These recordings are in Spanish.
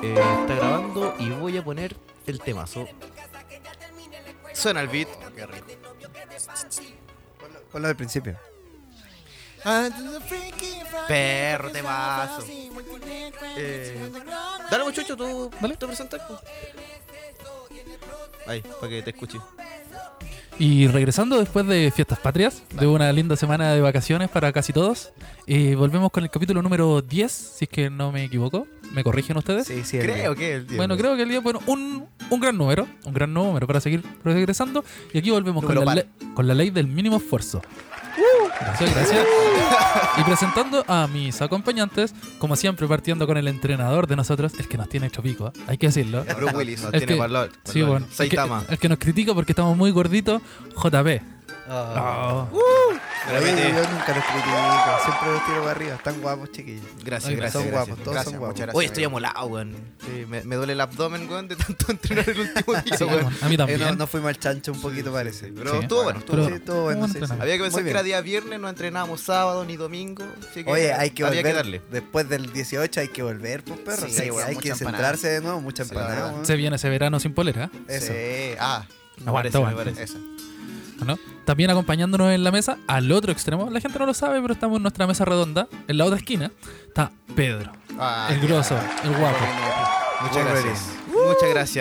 eh, voy a poner el temazo. Suena el beat. Oh, qué rico. Ponlo al principio. Perro, temazo. Eh, dale, muchacho, tú, ¿vale? tú presentas. po. Ahí, para que te escuche. Y regresando después de Fiestas Patrias, de una linda semana de vacaciones para casi todos, eh, volvemos con el capítulo número 10, si es que no me equivoco, me corrigen ustedes. Sí, sí. Creo que el Bueno, creo que el día, bueno, un, un gran número, un gran número para seguir regresando. Y aquí volvemos con Número la, par. le- con la ley del mínimo esfuerzo. Gracias, gracias. Y presentando a mis acompañantes, como siempre, partiendo con el entrenador de nosotros, el que nos tiene hecho pico, ¿eh? hay que decirlo. Bruce Willis. Es que- valor. Sí, bueno. El que, Saitama. el que nos critica porque estamos muy gorditos, JP. Ah. Oh. Realmente- yo nunca los critico, siempre los tiro para arriba. Están guapos, chiquillos. Eh, Gracias, Ay, gracias. son gracias. guapos, todos son Gracias, guapos. muchas gracias, Oye, estoy amolado, weón. Sí, me, me duele el abdomen, weón, de tanto entrenar el último día, Sí, weón. a mí Eh, también. no, no fuimos al chancho un poquito, parece. Pero Sí. estuvo bueno, estuvo Pero- sí, bueno. estuvo bueno, Un sí, sí. entrenamiento. Había que pensar Muy que era bien. día viernes, no entrenábamos sábado ni domingo. así Oye, hay que había volver. que darle. Después del 18 hay que volver, pues perro. Sí, O sea, que weón, hay mucha que empanada. centrarse de nuevo, mucha Sí, empanada. la weón. Se viene ese verano sin polera, ¿eh? Eso. Sí. Ah, me Aguanta, parece, me aguanta. parece. Eso. ¿no? También acompañándonos en la mesa, al otro extremo, la gente no lo sabe, pero estamos en nuestra mesa redonda, en la otra esquina, está Pedro, Ah, el ya. grosso, el guapo. Muchas Wolverine. gracias.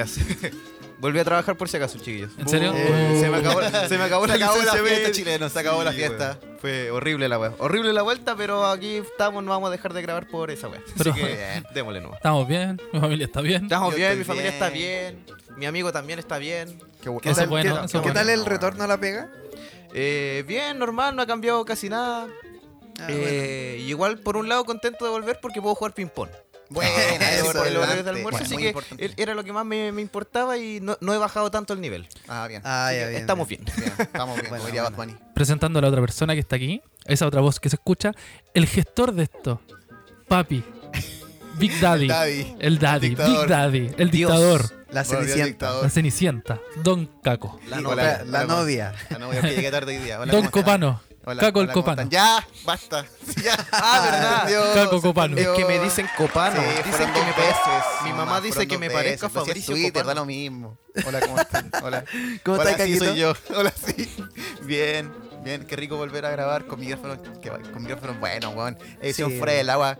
Muchas gracias. Volví a trabajar por si acaso, chiquillos. ¿En serio? Eh, se me acabó, se me acabó Se la, acabó la licencia fiesta, médica. chileno, se acabó la Sí, fiesta. Fue horrible la wea. Horrible la vuelta, pero aquí estamos, no vamos a dejar de grabar por esa wea. Pero- Así que eh, démosle nuevo. Estamos bien, mi familia está bien. Estamos Yo bien, estoy mi familia está bien. bien, mi amigo también está bien. Qué bu- Eso es bueno, qué- eso es ¿Qué tal bueno. el retorno a la pega? Eh, bien, normal, no ha cambiado casi nada. Ah, Eh, y Igual, por un lado, contento de volver porque puedo jugar ping-pong. Bueno, Buena, eso, por el horario adelante. del almuerzo, Bueno, así muy que importante. er- era lo que más me, me importaba y no, no he bajado tanto el nivel. Ah, bien. Ah, ya, bien, Estamos bien. bien. Estamos Bueno, bien, como diría Bad bueno. Bunny. Presentando a la otra persona que está aquí, esa otra voz que se escucha, el gestor de esto, papi, Big Daddy, Daddy. el Daddy, Big dictador. Daddy, el Dios. dictador, Ah, La Volvió el Cenicienta. dictador. la Cenicienta, Don Caco, La, La novia. la Hola, novia. La novia que llegué tarde hoy día. Hola, Don ¿cómo están? Copano, Hola, Caco el hola, ¿cómo Copano, están? Ya, basta. Sí, ya. Ah, verdad. Caco Copano. Es que me dicen copano. Sí, dicen fueron que dos me veces. parece. Mi nomás, mamá dice fueron que dos me veces. parezco a Lo hacía Fabricio Twitter, da Copano. lo mismo. Hola, ¿cómo están? Hola. ¿Cómo Hola, estás, sí, Caquito? soy yo. Hola, sí. Bien, bien. Qué rico volver a grabar con micrófono. que va- con micrófono bueno, weón. Edición Sí. fuera del agua.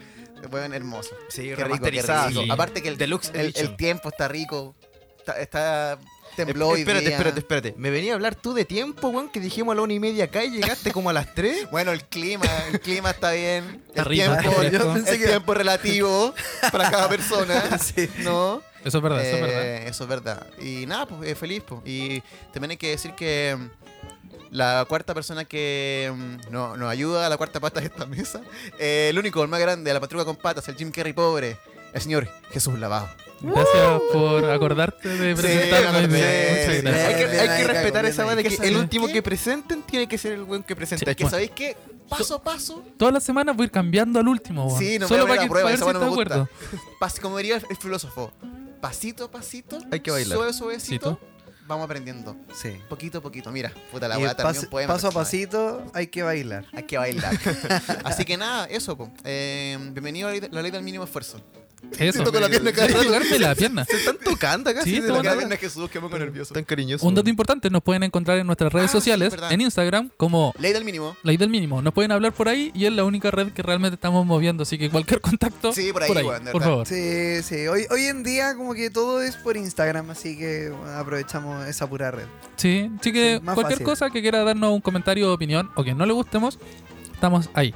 Weón, hermoso. Sí, Qué rico, qué remasterizado. rico. Sí. Aparte que el, Deluxe el, Edition. el tiempo está rico. Está, está tembló Esp- hoy Espérate, día. espérate, espérate. Me venía a hablar tú de tiempo, weón, que dijimos a la una y media acá y llegaste como a las tres. Bueno, el clima, el clima está bien. Está el rico, tiempo, está fresco. el tiempo relativo para cada persona. Sí. ¿No? eso es verdad, eso es Eh, verdad. eso es verdad. Y nada, pues eh, feliz. Pues. Y también hay que decir que mm, la cuarta persona que mm, no- nos ayuda, la cuarta pata de esta mesa, eh, el único, el más grande, la patrulla con patas, el Jim Carrey pobre, el señor Jesús Lavado. Gracias por acordarte de Sí, presentarme. sí, Muchas sí. gracias. hay que, bien, hay ahí, que Caco, respetar bien esa weá de ahí. que ¿Qué el sabes último qué? que presenten tiene que ser el weón que presenta. Sí, que bueno. sabéis ¿Sabéis qué? Paso a paso, Todas las semanas voy a ir cambiando al último, weón. Sí, no me Solo voy a para que la para prueba, ver si esa weá no está de me gusta. acuerdo. pas- como diría el, el filósofo, pasito a pasito, Hay que bailar. suave, suavecito, vamos aprendiendo. Sí. Poquito a poquito, mira, puta la Y weá también paso, un poema, Eh, paso a personal. pasito hay que bailar. Hay que bailar. Así que nada, eso, po. Eh, bienvenido a la ley, la ley del mínimo esfuerzo. Eso. toco la pierna cada Sí, rato. tocarme la pierna. Se están tocando acá. Sí, así de está la bueno. cadena. que Jesús, que me pongo nervioso. Tan cariñoso. Un dato importante, nos pueden encontrar en nuestras redes Ah, sí, sociales, verdad. en Instagram, como Ley del mínimo. Ley del Mínimo. Nos pueden hablar por ahí y es la única red que realmente estamos moviendo, así que cualquier contacto, Sí, por ahí, weón, de por verdad. favor. Sí, sí. Hoy, hoy en día como que todo es por Instagram, así que bueno, aprovechamos esa pura red. Sí, así que Sí, más cualquier fácil. cosa que quiera darnos un comentario, opinión o que no le gustemos, estamos ahí.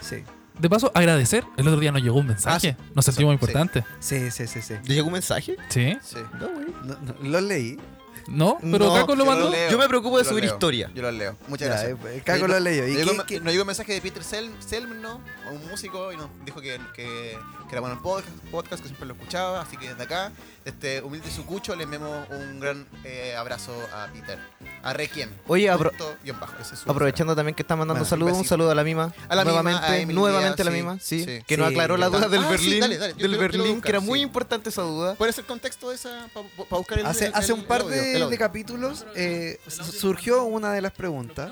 Sí, De paso, agradecer. El otro día nos llegó un mensaje, Ah, nos sentimos importantes. sí, sí, sí. sí. ¿Llegó un mensaje? Sí. Sí. No, güey. No, no, ¿Lo leí? ¿No? Pero No, Caco lo yo lo mandó. leo. Yo me preocupo de Lo subir leo. historia. Yo los leo. Muchas Ya, gracias. eh, el Caco lo leyó. ¿Y Nos llegó, un- qué- qué- nos llegó un mensaje de Peter Sel, Selmno, un músico, y nos dijo que, que, que era bueno el podcast, podcast, que siempre lo escuchaba. Así que desde acá, desde Humilde Sucucho, le enviamos un gran eh, abrazo a Peter. A Requiem. Oye, apro- Punto guión bajo, ese es su- aprovechando también que está mandando Bueno, saludos, un imbécil. saludo a la misma. A la misma, nuevamente, a Emily nuevamente Díaz, a la sí, misma, sí. sí. Que nos Sí, aclaró la yo duda del Ah, sí, Berlín. dale, dale, yo Del quiero- quiero Berlín, que buscar, era sí. muy importante esa duda. ¿Puede ser contexto de esa? Para buscar el Hace, el- hace un par el de, audio, el audio. de capítulos eh, s- surgió una de las preguntas.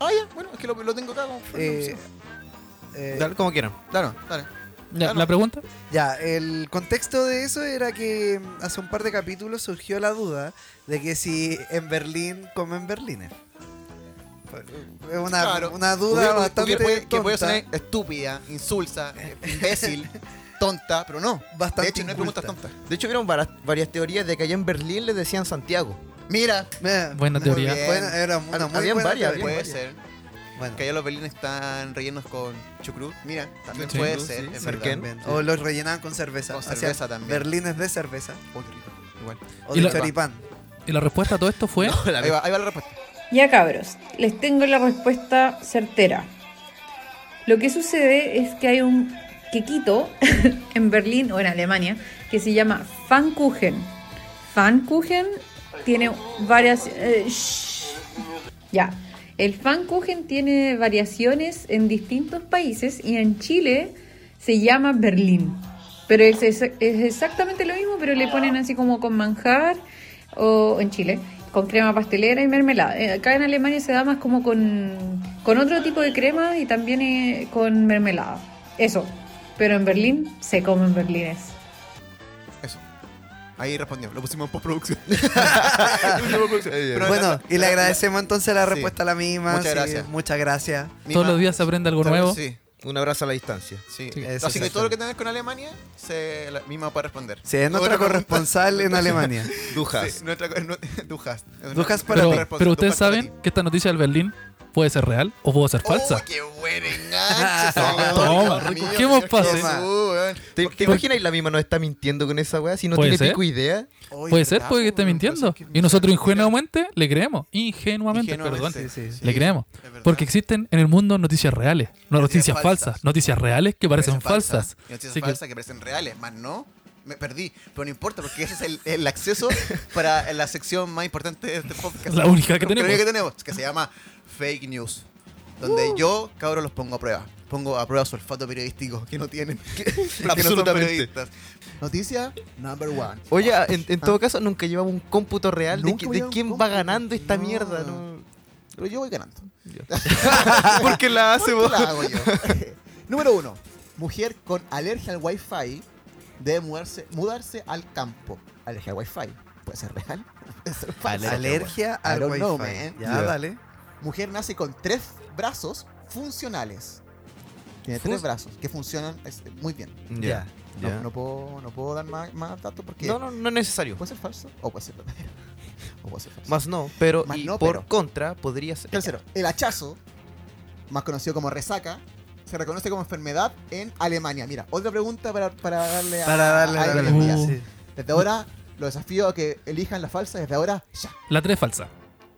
Ah, ya, bueno, es que lo, lo tengo acá como. eh, eh, Dale, como quieran. Claro, dale. Ya, ¿La pregunta? Ya, el contexto de eso era que mm, hace un par de capítulos surgió la duda de que si en Berlín comen berlines. Es una, Claro. una duda Hubiera- bastante hubiera- puede- Que puede tonta. sonar estúpida, insulsa, eh, imbécil, tonta, pero no. Bastante de hecho, no hay preguntas inculta. tontas. De hecho, hubieron varas- varias teorías de que allá en Berlín les decían Santiago. Mira, Me- Buena me- teoría. Muy bien. Eh, buena- era una muy Habían buena varias, teoría. puede varias. ser. Bueno, Que allá los berlines están rellenos con chucrut. Mira, también Sí. puede Chucrut, ser. sí, es sí, verdad. también. bien. O los rellenaban con cerveza. Con Hacían cerveza también. Berlines de cerveza. Oh, qué rico. Igual. O Y de la- choripán. Y la respuesta a todo esto fue. Ahí va, ahí va la respuesta. Ya cabros, les tengo la respuesta certera. Lo que sucede es que hay un quequito en Berlín o en Alemania que se llama Pfannkuchen. Pfannkuchen tiene varias... eh, shh. ya. El Pfannkuchen tiene variaciones en distintos países y en Chile se llama Berlín. Pero es, exa- es exactamente lo mismo, pero le ponen así como con manjar o en Chile, con crema pastelera y mermelada. Eh, Acá en Alemania se da más como con, con otro tipo de crema y también eh, con mermelada. Eso. Pero en Berlín se comen berlines. Eso. Ahí respondió. Lo pusimos en postproducción. Lo pusimos en postproducción. Pero Bueno, la- y le la- agradecemos entonces la Sí. respuesta a la misma. Muchas sí, gracias. Muchas gracias. la- Todos misma- los días se aprende algo nuevo. Sí, Un abrazo a la distancia. sí. Sí. Eso, Así que exacto. todo lo que tengas con Alemania, se, la misma puede responder. Sí, es nuestra Otra pregunta. corresponsal en Alemania. Dujas. Sí, nuestra, no, Dujas. Dujas para Pero, ti. corresponsal, pero ustedes Dujas para saben que esta noticia del Berlín puede ser real o puede ser ti. falsa. ¡Oh, qué buen enganche! Toma, señor! Dios mío, recogemos señor pase. Jesús, weón. ¿Te, te imaginas la misma nos está mintiendo con esa weá? Si no Puede tiene ser. pico idea. Puede ser, puede que esté Oye, mintiendo. entonces, ¿qué- Y nosotros ingenuamente le creemos. Ingenuamente, perdón. Ingenuamente, Sí, sí, sí. Le creemos. es verdad. Porque existen en el mundo noticias reales, no Noticias noticias, falsas. falsas. noticias reales que parecen Parecen falsas. Y Noticias Así que- falsas que parecen reales, más no. Me perdí, pero no importa porque ese es el, el acceso para la sección más importante de este podcast. La única que La tenemos. Uh. que que se llama Fake News. Donde yo, cabros, los pongo a prueba. Pongo a prueba su olfato periodístico que no tienen. Porque no son Absolutamente. periodistas. Noticia number one. Oye, en, en todo caso, nunca llevamos un cómputo real de, Ah. Nunca que- voy a de un quién va cómputo. ganando esta No. mierda. ¿no? Pero yo voy ganando. Porque la hace ¿Por vos. qué la hago yo? Número uno. Mujer con alergia al wifi debe mudarse, mudarse al campo. Alergia al wifi. Puede ser real. Puede ser falso. Alergia I al don't wifi. know, man. Ya, Yeah. dale. Mujer nace con tres brazos funcionales. Tiene tres brazos que funcionan es, muy bien. Ya, No, ya. no puedo, no puedo dar más, más datos porque No, no, no es necesario. puede ser falso o puede ser verdadero. O puede ser falso. Más no, pero Más y no, por pero. contra podría ser. Tercero, el hachazo, más conocido como resaca, se reconoce como enfermedad en Alemania. Mira, otra pregunta para, para darle a. Para darle a la hoy en pregunta. día. Uh. Sí. Desde ahora, lo desafío a que elijan la falsa desde ahora ya. La 3 falsa.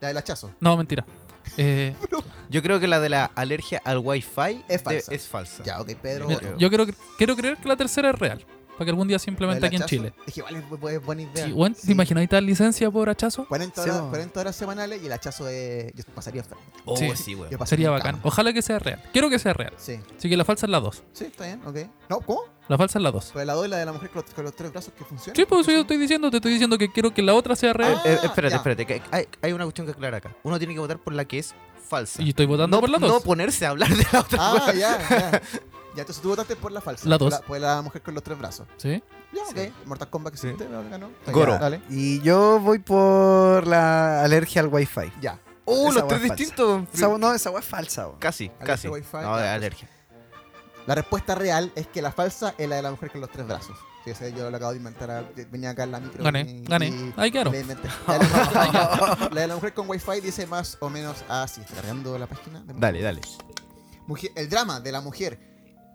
La del hachazo. No, mentira. Eh, Yo creo que la de la alergia al wifi Es falsa. de- es falsa. Ya, ok, Pedro. mira, La yo creo, que- quiero creer que la tercera es real. Para que algún día se implemente del aquí en hachazo. Chile. Es que vale, bu- bu- buena idea. Sí, bueno, Sí. ¿Te imagináis tal licencia por hachazo? 40 Sí, horas, bo. 40 horas semanales y el hachazo de. Yo pasaría enfermo. Oh, Sí. sí, weón. Yo pasaría Sería en bacán. cama. Ojalá que sea real. Quiero que sea real. Sí, Así que la falsa es la 2. sí, está bien, ok. No, ¿cómo? La falsa es la 2. Pero la doy la de la mujer con los, con los tres brazos que funciona. Sí, pues eso yo estoy diciendo. Te estoy diciendo que quiero que la otra sea real. Ah, Eh, eh, espérate, ya. espérate. que hay, hay una cuestión que aclara acá. Uno tiene que votar por la que es falsa. y estoy votando no, por la 2. no ponerse a hablar de la otra. Ah, ya, ya. Ya, entonces tú votaste por la falsa. La por dos. Por la mujer con los tres brazos. ¿Sí? Ya, ok. Mortal Kombat que Sí. existe, pero ganó. Goro. Ya, dale. Y yo voy por la alergia al wifi. Ya. Oh, Esa los weá tres es falsa. distintos. Esa, no, esa weá es falsa. weón. Casi, Alergia casi. al wifi, no, de ya. alergia. La respuesta real es que la falsa es la de la mujer con los tres brazos. Sí, ese yo lo acabo de inventar. a- venía acá en la micro. Gané, y- gané. y Ahí quedaron. le inventé. La de la- la de la mujer con wifi dice más o menos así. Estoy cargando la página. de- Dale, dale. Mujer- el drama de la mujer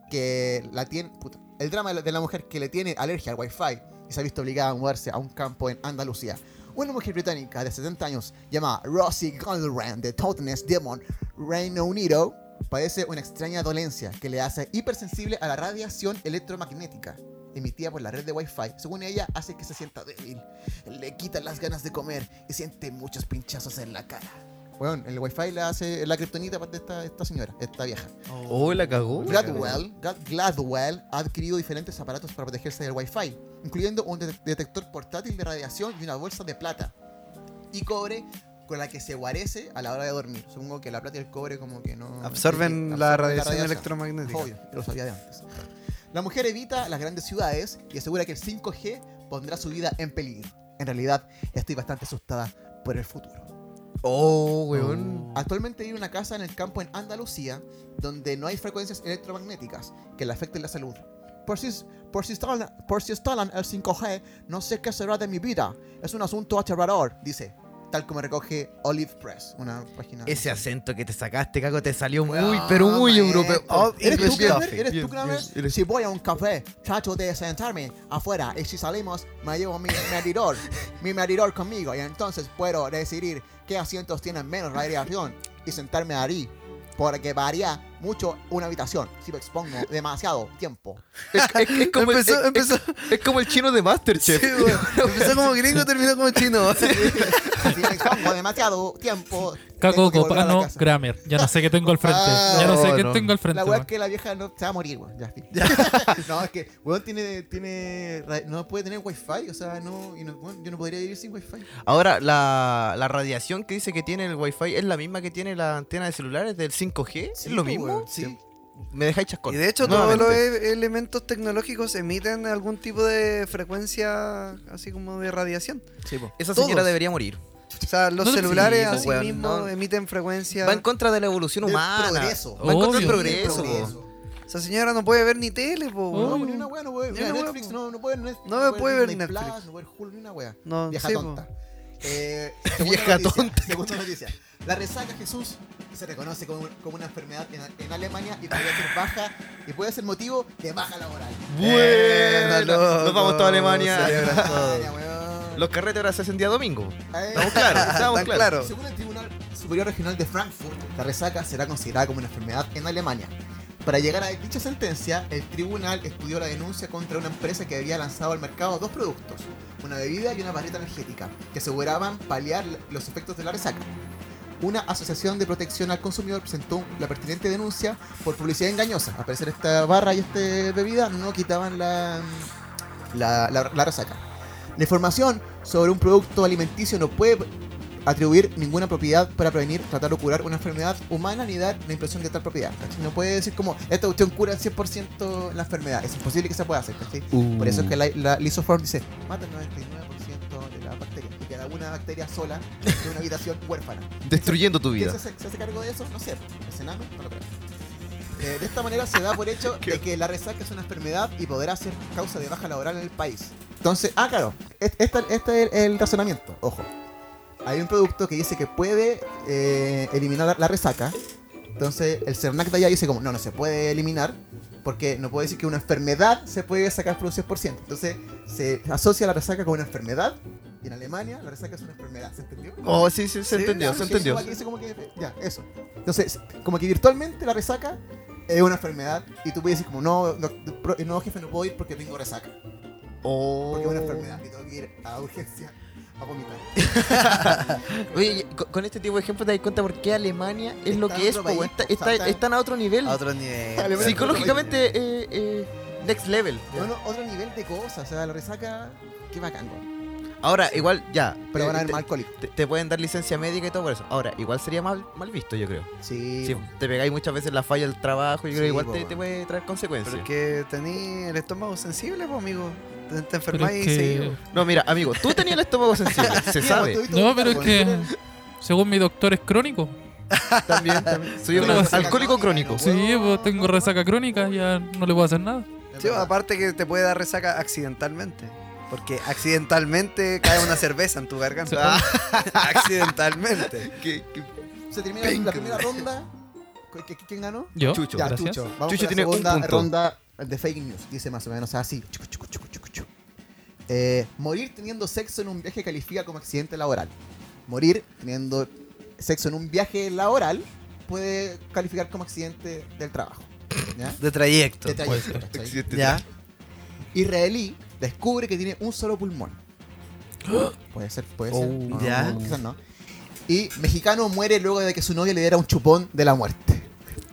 que la tiene. puta. el drama de la- de la mujer que le tiene alergia al wifi y se ha visto obligada a mudarse a un campo en Andalucía. Una mujer británica de 70 años llamada Rosie Gilran de Totnes Devon, Reino Unido, padece una extraña dolencia que le hace hipersensible a la radiación electromagnética emitida por la red de wifi. Según ella, hace que se sienta débil, le quita las ganas de comer y siente muchos pinchazos en la cara. Bueno, el wifi la hace la kriptonita de esta, esta señora, esta vieja. Oh, la cagó. Gladwell, Glad- Gladwell ha adquirido diferentes aparatos para protegerse del Wi-Fi, incluyendo un de- detector portátil de radiación y una bolsa de plata y cobre con la que se guarece a la hora de dormir. Supongo que la plata y el cobre como que no... Absorben la radiación electromagnética. Obvio, lo sabía de antes. La mujer evita las grandes ciudades y asegura que el 5G pondrá su vida en peligro. En realidad, estoy bastante asustada por el futuro. Oh, weón. Actualmente vive en una casa en el campo en Andalucía donde no hay frecuencias electromagnéticas que le afecten la salud. Por si, por si, instalan, por si instalan el 5G, no sé qué será de mi vida. Es un asunto aterrador, dice, tal como recoge Olive Press, una página. Ese acento que te sacaste, cago, te salió muy, Ah, pero muy maestro. Oh, europeo. Oh, ¿Eres tú, English Kramer? coffee. ¿Eres Bien, tú, Kramer? bien, eres- Si voy a un café, trato de sentarme afuera y si salimos, me llevo mi medidor, mi medidor conmigo y entonces puedo decidir qué asientos tienen menos radiación y sentarme ahí. Porque varía mucho una habitación si me expongo demasiado tiempo. Es, es como el- Empezó- es- empezó- es- es como el chino de Masterchef. Sí, weón. Empezó como gringo, terminó como chino. Si me expongo demasiado tiempo. Caco tengo que volver a la Copano casa. Grammar. Ya no sé qué tengo al frente. Ah, Ya no sé no, qué no. tengo al frente. La weá es weón. que la vieja no, se va a morir, weón. Ya, fin. no, es que weón tiene, tiene. ra- No puede tener wifi, o sea, no. Y no weón, yo no podría vivir sin wifi. Ahora, la, la radiación que dice que tiene el Wi-Fi es la misma que tiene la antena de celulares del 5G. ¿Es Sí, lo po, mismo? weón, sí. Me dejáis chascón. Y de hecho todos Nuevamente. los e- elementos tecnológicos emiten algún tipo de frecuencia así como de radiación. Esa todos. señora debería morir. O sea, los No, sí, celulares po, así weón, mismo no. emiten frecuencia. Va en contra de la evolución Del humana. progreso. Va en contra del Obvio. progreso. po. Esa señora no puede ver ni tele, po, Oh. No, weón. ni una weá, no puede Ni ver una weá, Netflix, po. no, no puede ver Net- No me puede ver Disney Netflix. Plus, no puede ver Hulu, ni una weá. No, Vieja sí, po. tonta. Eh, segunda Vieja noticia, tonta. Segunda noticia. La resaca Jesús se reconoce como, como una enfermedad en, en Alemania y podría ser baja y puede ser motivo de baja laboral. Buena, Buena, Eh, Nos vamos toda celebra Alemania. todo. Alemania, weón. Los carretes ahora se hacen día domingo. Eh, Estamos claros, estamos Tan claros. claro. Según el Tribunal Superior Regional de Frankfurt, la resaca será considerada como una enfermedad en Alemania. Para llegar a dicha sentencia, el tribunal estudió la denuncia contra una empresa que había lanzado al mercado dos productos, una bebida y una barrita energética, que aseguraban paliar los efectos de la resaca. Una asociación de protección al consumidor presentó la pertinente denuncia por publicidad engañosa. Al parecer esta barra y esta bebida no quitaban la, la, la- la resaca. La información sobre un producto alimenticio no puede atribuir ninguna propiedad para prevenir, tratar o curar una enfermedad humana ni dar la impresión de tal propiedad. ¿cachai? No puede decir como, esta cuestión cura al 100% la enfermedad. Es imposible que se pueda hacer. ¿cachai? Por eso es que la, la Lysoform dice, mata el 99% de las bacterias y queda una bacteria sola en una habitación huérfana. Destruyendo tu ¿Quién vida. se, hace- se hace cargo de eso? No sé. ¿Es enano? No lo creo. Eh, de esta manera se da por hecho de que la resaca es una enfermedad y podrá ser causa de baja laboral en el país. Entonces, ah, claro, es- esta- este, es el, el razonamiento, ojo. Hay un producto que dice que puede eh, eliminar la, la resaca. Entonces, el Cernac de allá dice como, no, no se puede eliminar porque no puede decir que una enfermedad se puede sacar por un 100%. Entonces, se asocia la resaca con una enfermedad y en Alemania la resaca es una enfermedad. ¿Se entendió? Oh, sí, sí, se entendió, Claro, se sí, entendió. igual que dice como que- ya, eso. Entonces, como que virtualmente la resaca es una enfermedad y tú puedes decir como, no, no, pro- no, jefe, no puedo ir porque tengo resaca. Oh. Porque es una enfermedad y tengo que ir a urgencia a vomitar. Oye, y con, con este tipo de ejemplos te das cuenta por qué Alemania es lo Está que es, en po, otro país, está- po, está- está- están a otro nivel. A otro nivel. Dale, weón. Psicológicamente, eh, eh, next level. Bueno, otro nivel de cosas, o sea, la resaca, qué bacán, güey. Ahora, igual, ya. Pero eh, van a ver te- más alcohólico. te, te pueden dar licencia médica y todo por eso. Ahora, igual sería mal, mal visto, yo creo. Sí. Si te pegáis muchas veces la falla del trabajo, yo Sí, creo que igual po, te, weón. te puede traer consecuencias. Porque tení el estómago sensible, pues, amigo. Te, te Pero enfermáis es y que- seguís. No, mira, amigo, tú tenías el estómago sensible, se pues, sabe. No, pero es que. Según mi doctor es crónico. También, también. Soy un Pero es- alcohólico crónico. Sí, Sí, Bueno, pues tengo no, resaca crónica, ya no le puedo hacer nada. Sí, pues, aparte que te puede dar resaca accidentalmente. Porque accidentalmente cae una cerveza en tu garganta. accidentalmente. Que- que- Se termina la primera ronda. ¿Qui- qui- ¿Quién ganó? Yo, Chucho, Ya, gracias. Chucho. Vamos Chucho con la tiene un segunda punto. ronda de fake news. Dice más o menos así. Chucu, chucu, chucu, chucu, chucu. Eh, morir teniendo sexo en un viaje califica como accidente laboral. Morir teniendo sexo en un viaje laboral puede calificar como accidente del trabajo. ¿Ya? De trayecto. Detallito, puede ser. ¿cachai? Existe. ¿Ya? Israelí descubre que tiene un solo pulmón. Puede ser, puede ser. No, ya. no, quizás no. Y mexicano muere luego de que su novia le diera un chupón de la muerte.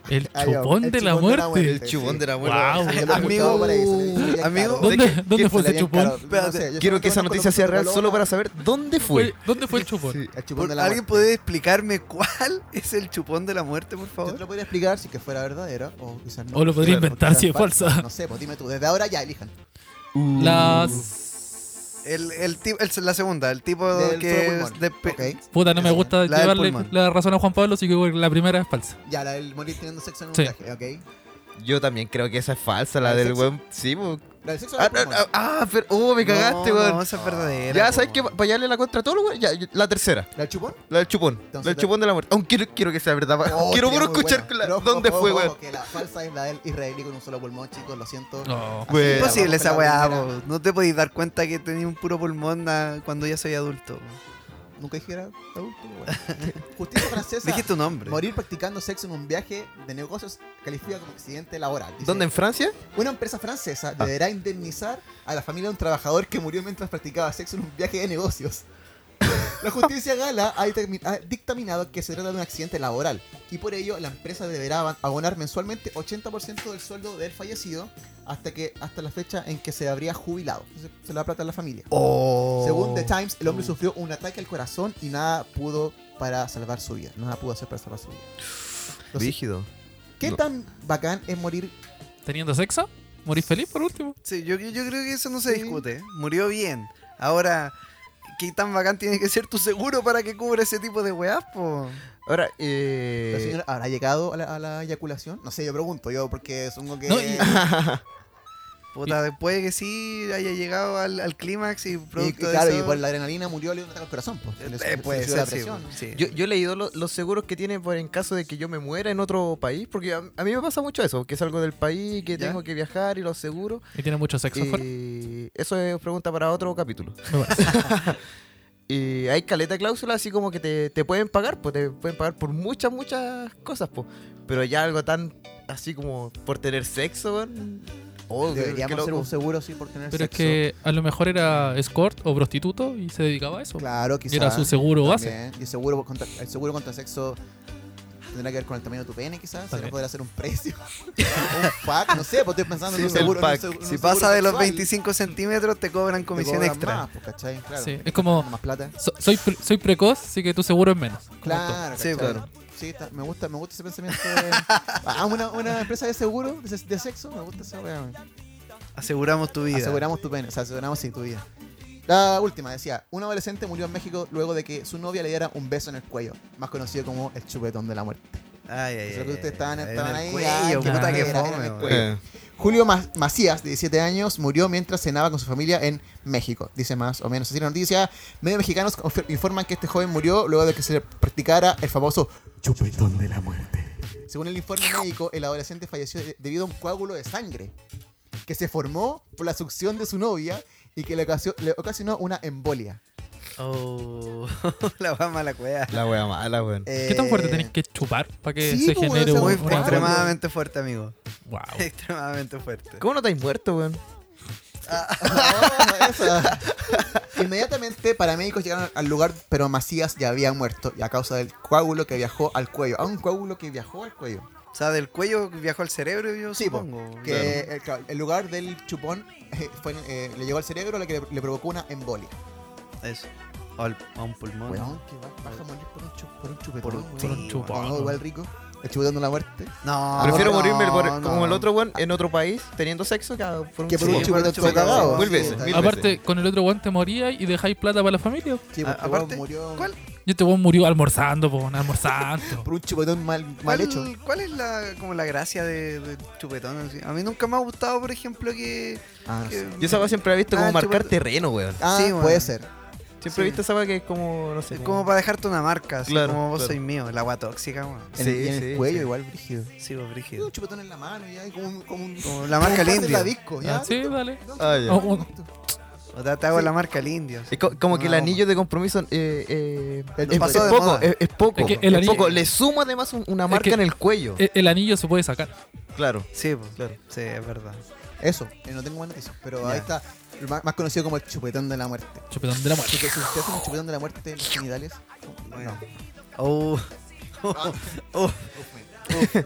El Ah, ya, chupón el de la chupón de la muerte. muerte. El chubón de la abuela. Wow. Yo lo he escuchado por ahí, se le- se le veía Amigo, caro. ¿Dónde, Se le ¿dónde fue ese veía chupón? caro. No sé, yo Quiero solo que esa conozco noticia sea los real solo para olores. saber dónde fue. Oye, ¿Dónde fue el chupón? Sí, el chupón Por- de la ¿Alguien muerte. puede explicarme cuál es el chupón de la muerte, por Yo te favor? lo podría explicar si que fuera verdadera o quizás no. O lo podría Claro, inventar quizás si es falsa. Uh, No sé, pues dime tú. Desde ahora ya elijan. Las. El, el, ti- el- la segunda, el tipo Del que solo es pulmón. de pe- Ok. Puta, no me Esa, gusta la del llevarle pulmón. la razón a Juan Pablo, así que bueno, la primera es falsa. Ya, la del morir teniendo sexo en un Sí. viaje, ok. Yo también creo que esa es falsa, la ¿El del sexo? weón. Sí, po. La del sexo en Ah, el ah, pulmón. ah, ah, pero. Oh, me cagaste, no, weón. No, esa es verdadera. ya, po, ¿sabes qué? weón. Para hallarle la contra a todos los weones, ya, yo- La tercera. ¿La del chupón? Ah, La del chupón. Entonces, la del la- chupón de la muerte. Aunque quiero, quiero que sea verdad. pa- Oh, quiero sería puro muy escuchar buena. que la- Pero ojo, dónde ojo, fue, ojo, weón. que la falsa es la del israelí con un solo pulmón, chicos, lo siento. No. Así que Imposible la- esa la weá, primera- po. No te podéis dar cuenta que tenía un puro pulmón ah, cuando ya soy adulto. po. Nunca dijera adulto, weón. Justicia francesa. Dije tu nombre. Morir practicando sexo en un viaje de negocios califica como accidente laboral. Dice, ¿Dónde? ¿En Francia? Una empresa francesa deberá indemnizar a la familia de un trabajador que murió mientras practicaba sexo en un viaje de negocios. La justicia gala ha determi- ha dictaminado que se trata de un accidente laboral y por ello la empresa deberá aban- abonar mensualmente 80% del sueldo del fallecido hasta que hasta la fecha en que se habría jubilado. Entonces, se le va a plata a la familia. Según The Times, el hombre sufrió un ataque al corazón y nada pudo para salvar su vida. Nada pudo hacer para salvar su vida. Entonces, Rígido. ¿Qué No. tan bacán es morir? ¿Teniendo sexo? ¿Morís feliz por último? Sí, yo, yo creo que eso no se Sí. discute. ¿eh? Murió bien. Ahora, ¿qué tan bacán tiene que ser tu seguro para que cubra ese tipo de weás, po? Ahora, ¿La eh. señora habrá llegado a la, a la eyaculación? No sé, yo pregunto, yo porque supongo que... No, y- Puta, después que sí haya llegado al, al clímax y y- y producto claro, de y eso... por la adrenalina murió, le dio un ataque al corazón. Pues, Eh, le- eh, le puede subió la ser, sí, presión. po, sí. Yo, yo he leído lo- los seguros que tiene por en caso de que yo me muera en otro país, porque a, a mí me pasa mucho eso, que salgo del país, que ¿Ya? tengo que viajar y los seguros. Y tiene mucho Eh, sexo afuera. Y eso es pregunta para otro capítulo. Me parece. Y hay caleta de cláusulas así como que te, te pueden pagar, pues te pueden pagar por muchas, muchas cosas, pues. Pero ya algo tan así como por tener sexo, weón. Oh, Deberíamos qué hacer loco. un seguro sí por tener Pero es sexo. que a lo mejor era escort o prostituto y se dedicaba a eso. Claro, quizás. Y era su seguro base. También. Y seguro contra, el seguro contra sexo tendrá que ver con el tamaño de tu pene, quizás. Se le También. podrá hacer un precio. un pack, no sé, pues estoy pensando Sí, en un el seguro. en un pack. segu- en un Si seguro pasa de los sexual, 25 centímetros, te cobran te comisión cobran extra. más, pues, ¿cachai? Claro. Sí, es como- Más plata. So- soy, pre- soy precoz, así que tu seguro es menos. Claro, Sí, ¿cachai? claro. Sí, está- me, gusta, me gusta ese pensamiento. De, ah, una, una empresa de seguro, de, de sexo, me gusta esa weá. weón. Aseguramos tu vida. Aseguramos tu pene, o sea, aseguramos sí, tu vida. La última decía: Un adolescente murió en México luego de que su novia le diera un beso en el cuello, más conocido como el chupetón de la muerte. Ay, ay, ay. Eso es lo que ay, ustedes estaban- ay, estaban en el ahí, ay, Cuello, qué puta que era, era en fome, el weón. cuello. Eh, Julio Ma- Macías, de 17 años, murió mientras cenaba con su familia en México. Dice más o menos así la noticia. Medios mexicanos confir- informan que este joven murió luego de que se le practicara el famoso chupetón de la muerte. Según el informe médico, el adolescente falleció de- debido a un coágulo de sangre que se formó por la succión de su novia y que le, ocasio- le ocasionó una embolia. Oh, la va mala cueva. La wea mala, weón. ¿Qué tan fuerte Eh, tenés que chupar para que sí, se pues, genere weón, un- Muy Bueno, una... extremadamente fuerte, amigo. Wow. Extremadamente fuerte. ¿Cómo no te has muerto, weón? Ah, esa. Inmediatamente paramédicos llegaron al lugar, pero Macías ya había muerto y a causa del coágulo que viajó al cuello. A un coágulo que viajó al cuello. O sea, del cuello viajó al cerebro, yo Sí, po, supongo. que el ca- el, lugar del chupón eh, fue, eh, le llegó al cerebro, la que le, le provocó una embolia. Eso. O al- a un pulmón. Weón, Ah, que va- vas a morir por un, chu- por un chupetón. Por un- weón. por un Sí, chupón, weón. weón. igual rico. El chupetón de la muerte. No. Prefiero Ah, no, morirme por- no. como el otro weón en otro país, teniendo sexo, que por un Que por Sí, por seguro. un chupetón un todo chupetón, mil cagado. pues, sí, veces, está mil bien. Aparte, con el otro guante morías y dejáis plata para la familia. Sí, porque A- weón aparte, murió ¿cuál- Yo weón murió almorzando, po, almorzando. por un chupetón mal, mal ¿Cuál, hecho. ¿Cuál es la, como la gracia de, de chupetón? así? A mí nunca me ha gustado, por ejemplo, que... Ah, que- Yo esa wea siempre he visto como Ah, marcar chupar- terreno, weón. Ah, Sí, puede weón. ser. Siempre sí. he visto esa wea que es como, no sé. es como para dejarte una marca, así Claro, como vos claro. sois mío, el agua tóxica, weón. En, Sí, y en sí, el cuello sí. igual, brígido. Sí, vos, Tiene brígido. un chupetón en la mano ya, y como un... Como, un, Como la marca como un al indio. pase en la disco, ya. Ah, sí, dale. Ah, ya. Oh, un- O te, te hago la marca al indio. Es co- como que el No. anillo de compromiso eh, eh, El es, pasó es de poco, moda. es, es poco, Es es, que el anillo- poco. Le suma además un- una Es marca que- en el cuello. Eh, el, el anillo se puede sacar. claro. Sí, po. Claro. sí, es verdad. Eso, eh, no tengo buena noticia, pero ahí Ya. está, el más, más conocido como el chupetón de la muerte. Chupetón de la Si muerte. te si te hacen un chupetón de la muerte en los genitales, Bueno. Oh. Oh. Oh.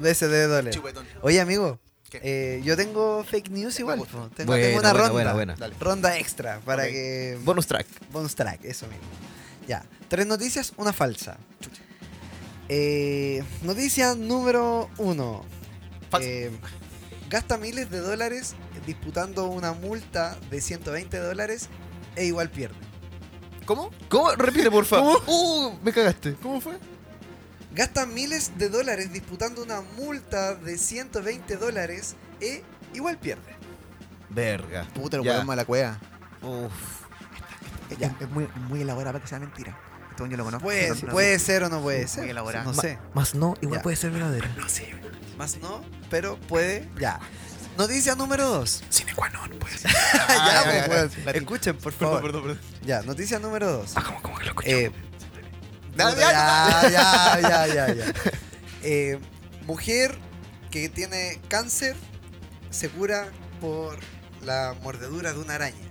de ese de dólar. Chupetón. Oye, amigo. ¿Qué? eh, yo tengo fake news igual. gusta. po. Tengo, Buena, tengo una buena, ronda. buena, buena. Dale. Ronda extra para Ok. que. Bonus track. Bonus track, eso mismo. Ya. Tres noticias, una falsa. Eh, noticia número uno. Falsa. Eh, gasta miles de dólares disputando una multa de 120 dólares e igual pierde. ¿Cómo? ¿Cómo? Repite, por favor. Uh, me cagaste. ¿Cómo fue? Gasta miles de dólares disputando una multa de 120 dólares e igual pierde. Verga. Puta, lo Ya. weón mala cueva. Uf. Es, Ya. es muy, muy elaborada para que sea mentira. Este weón yo lo conozco. Puede, No- no- puede ser o no puede muy ser. elaborado. No sé. Más no, igual Ya. puede ser verdadero. Más no, pero puede. Ya. Noticia número 2. Sin ecuanón, pues. ya, Ah, ya, pues, ya, weón. ya, latín. Escuchen, por favor. Perdón, Oh, perdón, perdón. Ya, noticia número 2. Ah, como, como que lo escuché. Eh, Dale, puta, dale, ya, ya, ya, ya, ya. Eh, mujer que tiene cáncer se cura por la mordedura de una araña.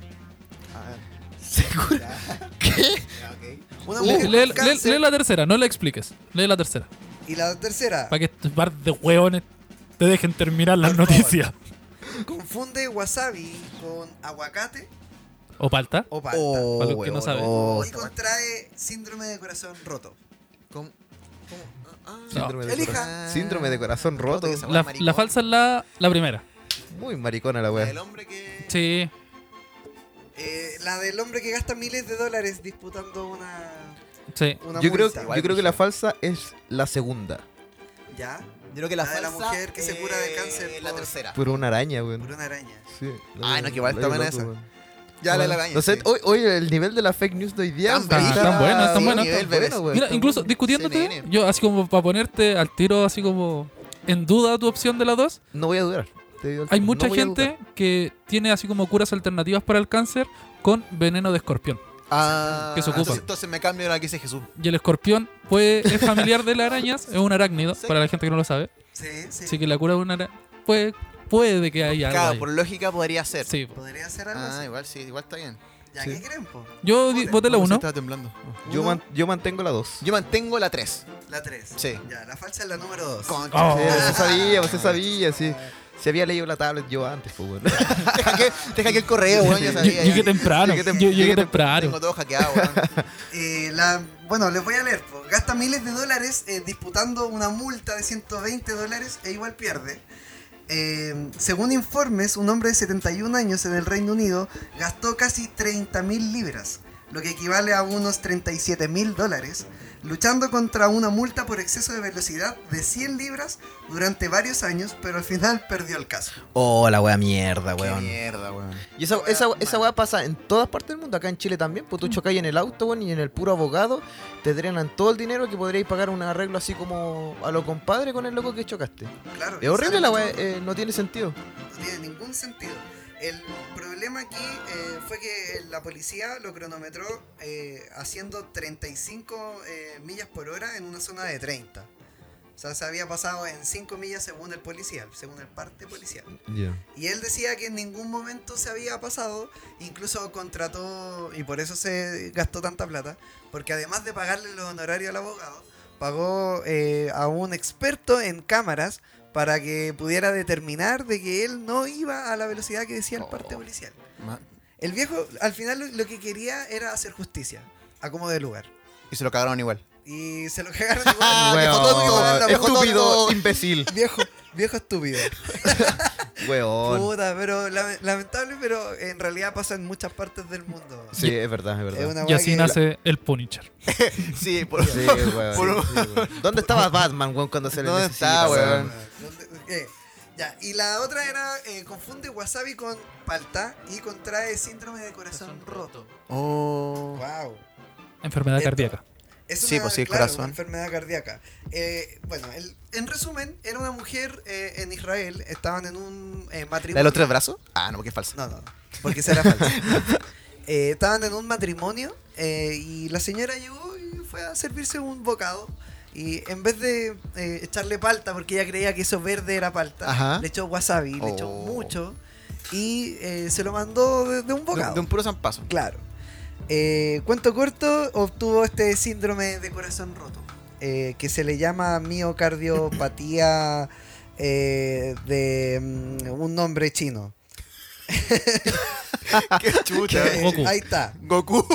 Una Uh, mujer Lee, con lee- lee- cáncer- lee la tercera, no la expliques. Lee la tercera. Y la tercera, Para que este par de hueones te dejen terminar las Por favor. noticias. confunde wasabi con aguacate ¿O palta? o palta. Para los que no saben. Oh, y contrae síndrome de corazón roto. ¿Cómo? Síndrome, de Elija. corazón, síndrome de corazón roto. Roto, La, la falsa es la, la primera. Muy maricona la El wea. hombre que. Sí. Eh, la del hombre que gasta miles de dólares disputando una, Sí. una Yo creo, multa. yo pues creo que la falsa es la segunda. Ya, Yo creo que la La de la falsa mujer que se cura de cáncer La por- tercera. Por una araña, por weón. una araña. Sí. Ay, no, que igual está Loco, buena esa. weón. Ya la Bueno, araña. No sé, hoy, hoy el nivel de la fake news de hoy día Tan está- buena, tan buena, tan sí, buena. nivel, Mira, bueno, weón. Mira, Está incluso ¿eh? buena. discutiéndote, CNN. yo así como para ponerte al tiro, así como en duda tu opción de las dos, No voy a durar. te digo al hay tiro, mucha no voy a gente dudar. que tiene así como curas alternativas para el cáncer con veneno de escorpión. Ah, Que se ocupa. Entonces, entonces me cambio la que dice Jesús. Y el escorpión puede, es familiar de las arañas, es un arácnido, Sí. para la gente que no lo sabe. Sí, sí. Así que la cura de una araña puede, puede que haya algo. Este, Claro, ahí. por lógica podría ser. Sí, po. Podría ser algo Ah, así. igual sí, igual está bien. Ya, sí. ¿qué creen, po? Yo di- voté la No, se 1. Estaba temblando. Yo, Uno. man- yo mantengo la dos. Yo mantengo la 3. La 3. Sí. Ya, la falsa es la número 2. Concha. Oh. Sí, usted sabía, usted sabía, sí. Ah. Se había leído la tablet yo antes, pues, weón. Te hackeé- te hackeé el correo, weón. Ya sabía. Llegué ya. temprano. Llegué tem- Yo llegué llegué Tengo temprano. todo hackeado, weón. Eh, la, bueno, les voy a leer. po. Gasta miles de dólares eh, disputando una multa de 120 dólares e igual pierde. Eh, según informes, un hombre de 71 años en el Reino Unido gastó casi 30.000 libras, lo que equivale a unos 37.000 dólares, luchando contra una multa por exceso de velocidad de 100 libras durante varios años, pero al final perdió el caso. Oh, la wea mierda, Qué weón. mierda, weón. Y esa, Wea esa, esa mala. wea pasa en todas partes del mundo, acá en Chile también, pues tú chocáis en el auto, weón, y en el puro abogado, te drenan todo el dinero que podríais pagar un arreglo así como a lo compadre con el loco que chocaste. Claro, Es horrible la wea, exacto. eh, no tiene sentido. no tiene ningún sentido. El problema aquí eh, fue que la policía lo cronometró eh, haciendo 35 eh, millas por hora en una zona de 30. O sea, se había pasado en 5 millas según el policía, según el parte policial. Y él decía que en ningún momento se había pasado, incluso contrató, y por eso se gastó tanta plata, porque además de pagarle los honorarios al abogado, pagó eh, a un experto en cámaras para que pudiera determinar de que él no iba a la velocidad que decía el Oh, parte policial. Ma- El viejo al final lo, lo que quería era hacer justicia, a como de lugar. Y se lo cagaron igual. Y se lo cagaron igual. Weón, dejó Ah, todo igual, la dejó estúpido, todo. imbécil. viejo, viejo estúpido. Weón. Puta, pero lame- lamentable, pero en realidad pasa en muchas partes del mundo. Sí, es verdad, es Es verdad. una Y weá así que- nace el Punisher. Sí, por Sí, weón. Por- sí, weón. ¿Dónde estaba Batman, weón, cuando se le ¿Dónde necesita? está, weón? weón? ¿Dónde- qué? Ya, y la otra era eh, confunde wasabi con palta y contrae síndrome de corazón roto. Oh. Wow. Enfermedad Esto. cardíaca. Es Sí, pues sí, el corazón. enfermedad cardíaca. Eh, bueno, el- en resumen, era una mujer eh, en Israel, estaban en un eh, ¿La de los matrimonio. tres brazos? Ah, no, porque es falsa. No, no, no, porque será falsa. Eh, estaban en un matrimonio eh, y la señora llegó y fue a servirse un bocado. Y en vez de eh, echarle palta, porque ella creía que eso verde era palta, Ajá. le echó wasabi, le echó Oh. mucho y eh, se lo mandó de, de un De, bocado. de un puro zampazo. Claro. Eh, cuento corto, obtuvo este síndrome de corazón roto. eh, que se le llama miocardiopatía eh, de mm, un nombre chino. Qué chucha. Que- Goku. ahí está. Goku.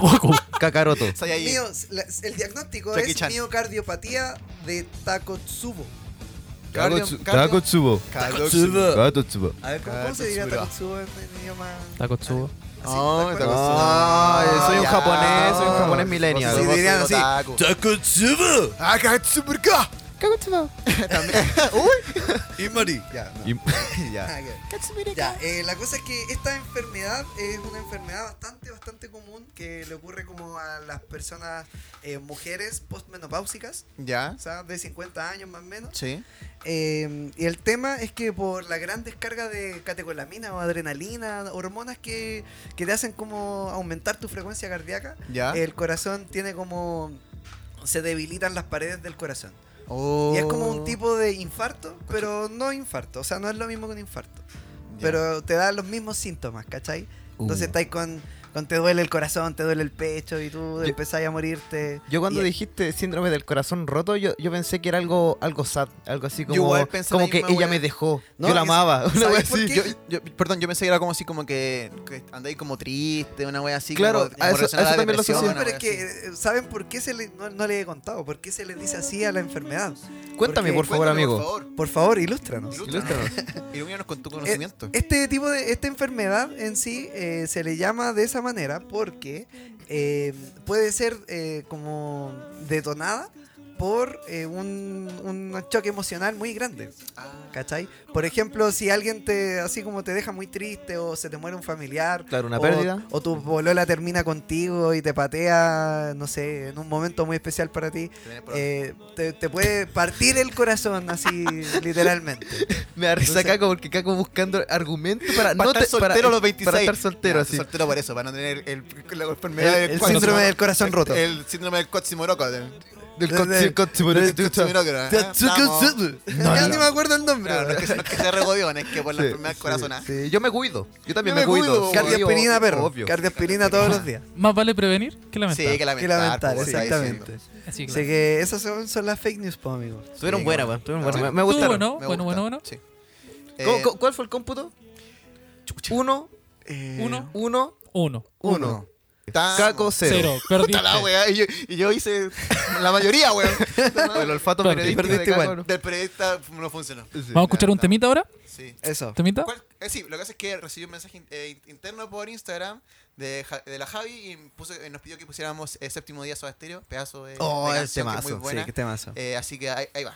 Goku. Kakaroto. Saiyajin. Mio- la- el diagnóstico Jackie es Chan. miocardiopatía de Takotsubo. Cardio- cardio- Takotsubo. Takotsubo. Takotsubo. A ver, ¿cómo, cómo se diría Takotsubo en en idioma? Takotsubo. Así, Ay, ¿te acuerdas? Takotsubo. Ah, Ay, soy un Ah, Ya. japonés, soy un japonés millennial. Sí, Sí, dirían así. Otaku. Takotsubo. Ah, Takotsubo. Imari. Ya, no. Ya. Ah, ok. Ya, eh, la cosa es que esta enfermedad es una enfermedad bastante, bastante común que le ocurre como a las personas eh, mujeres postmenopáusicas, Ya. o sea, de 50 años más o menos. Sí. Eh, y el tema es que por la gran descarga de catecolamina o adrenalina, hormonas que, que te hacen como aumentar tu frecuencia cardíaca, Ya. Eh, el corazón tiene como... se debilitan las paredes del corazón. Oh. Y es como un tipo de infarto, pero no infarto. O sea, no es lo mismo que un infarto. Ya. Pero te da los mismos síntomas, ¿cachai? Entonces estás con, con te duele el corazón, te duele el pecho y tú empezás a morirte. Yo cuando Y- dijiste síndrome del corazón roto, yo, yo pensé que era algo, algo sad, algo así como, igual pensé como la que misma ella wea. me dejó, No, yo la es- amaba, una ¿sabes wea por así. qué? Yo, yo- perdón, yo pensé que era como así como que, que andáis como triste, una wea así. Claro, como, como a eso- relacionada a eso también lo depresión, asocié. No, una pero es wea que así. eh, ¿saben por qué se le, no, no les he contado? ¿Por qué se les dice así a la enfermedad? Cuéntame, por Porque- favor, Cuéntame, amigo. Por favor, ilústranos. favor. Ilústranos. Ilumínanos con tu Eh, conocimiento. Este tipo de esta enfermedad en sí eh, se le llama de esa manera porque eh, puede ser eh, como detonada por eh, un, un choque emocional muy grande. Ah. ¿Cachai? Por ejemplo, si alguien te así como te deja muy triste o se te muere un familiar. Claro, una o- pérdida. O, tu bolola termina contigo y te patea, no sé, en un momento muy especial para ti. eh, te, te puede partir el corazón así, literalmente. Me da risa Entonces- Caco porque Caco buscando argumentos para, Para no estar te- para- soltero a los 26. Para estar soltero Ya, así. Soltero por eso, para no tener el, la enfermedad El- del el cuatro- síndrome del corazón roto. El síndrome del Kotsimoroko. del- Del Del- coche- coche- del coche- Kotsimoroko, ¿eh? Estamos- ya ni me acuerdo el nombre. Claro, no es que, no es que se regodeó, es que por la Sí, enfermedad del corazón. ¿ah? sí, yo me cuido. Yo también me, Yo me cuido. cuido. Sí, Cardioaspirina, obvio, perro. obvio. Cardioaspirina todos los días. Más vale prevenir que lamentar. Sí, que lamentar. Qué lamentar, pues, está exactamente. diciendo. Así, Así claro. que esas son, son las fake news, po, amigo. Estuvieron Sí, buenas, bueno. weón, estuvieron buenas. Me, me Estuvo gustaron. bueno, Me bueno, gusta, bueno, bueno. Sí. ¿Cu- Eh, cu- ¿Cuál fue el cómputo? Uno, Eh, Uno, uno, uno, uno. está- Caco cero. cero. Perdiste. Puta la wea, y yo, y yo hice la mayoría, weón. El olfato Perdí. periodístico de Perdiste Caco igual. no- Del periodista no funcionó. Vamos a escuchar un temita ahora. Sí. Eso. ¿Temita? ¿Cuál- eh, sí, lo que pasa es que recibí un mensaje in- eh, in- interno por Instagram de, Ja- de la Javi y puso- eh, nos pidió que pusiéramos eh, séptimo día Soda Stereo, pedazo de. Oh, de el canción que es muy temazo. buena. Sí, qué temazo. Eh, así que ahí, ahí va.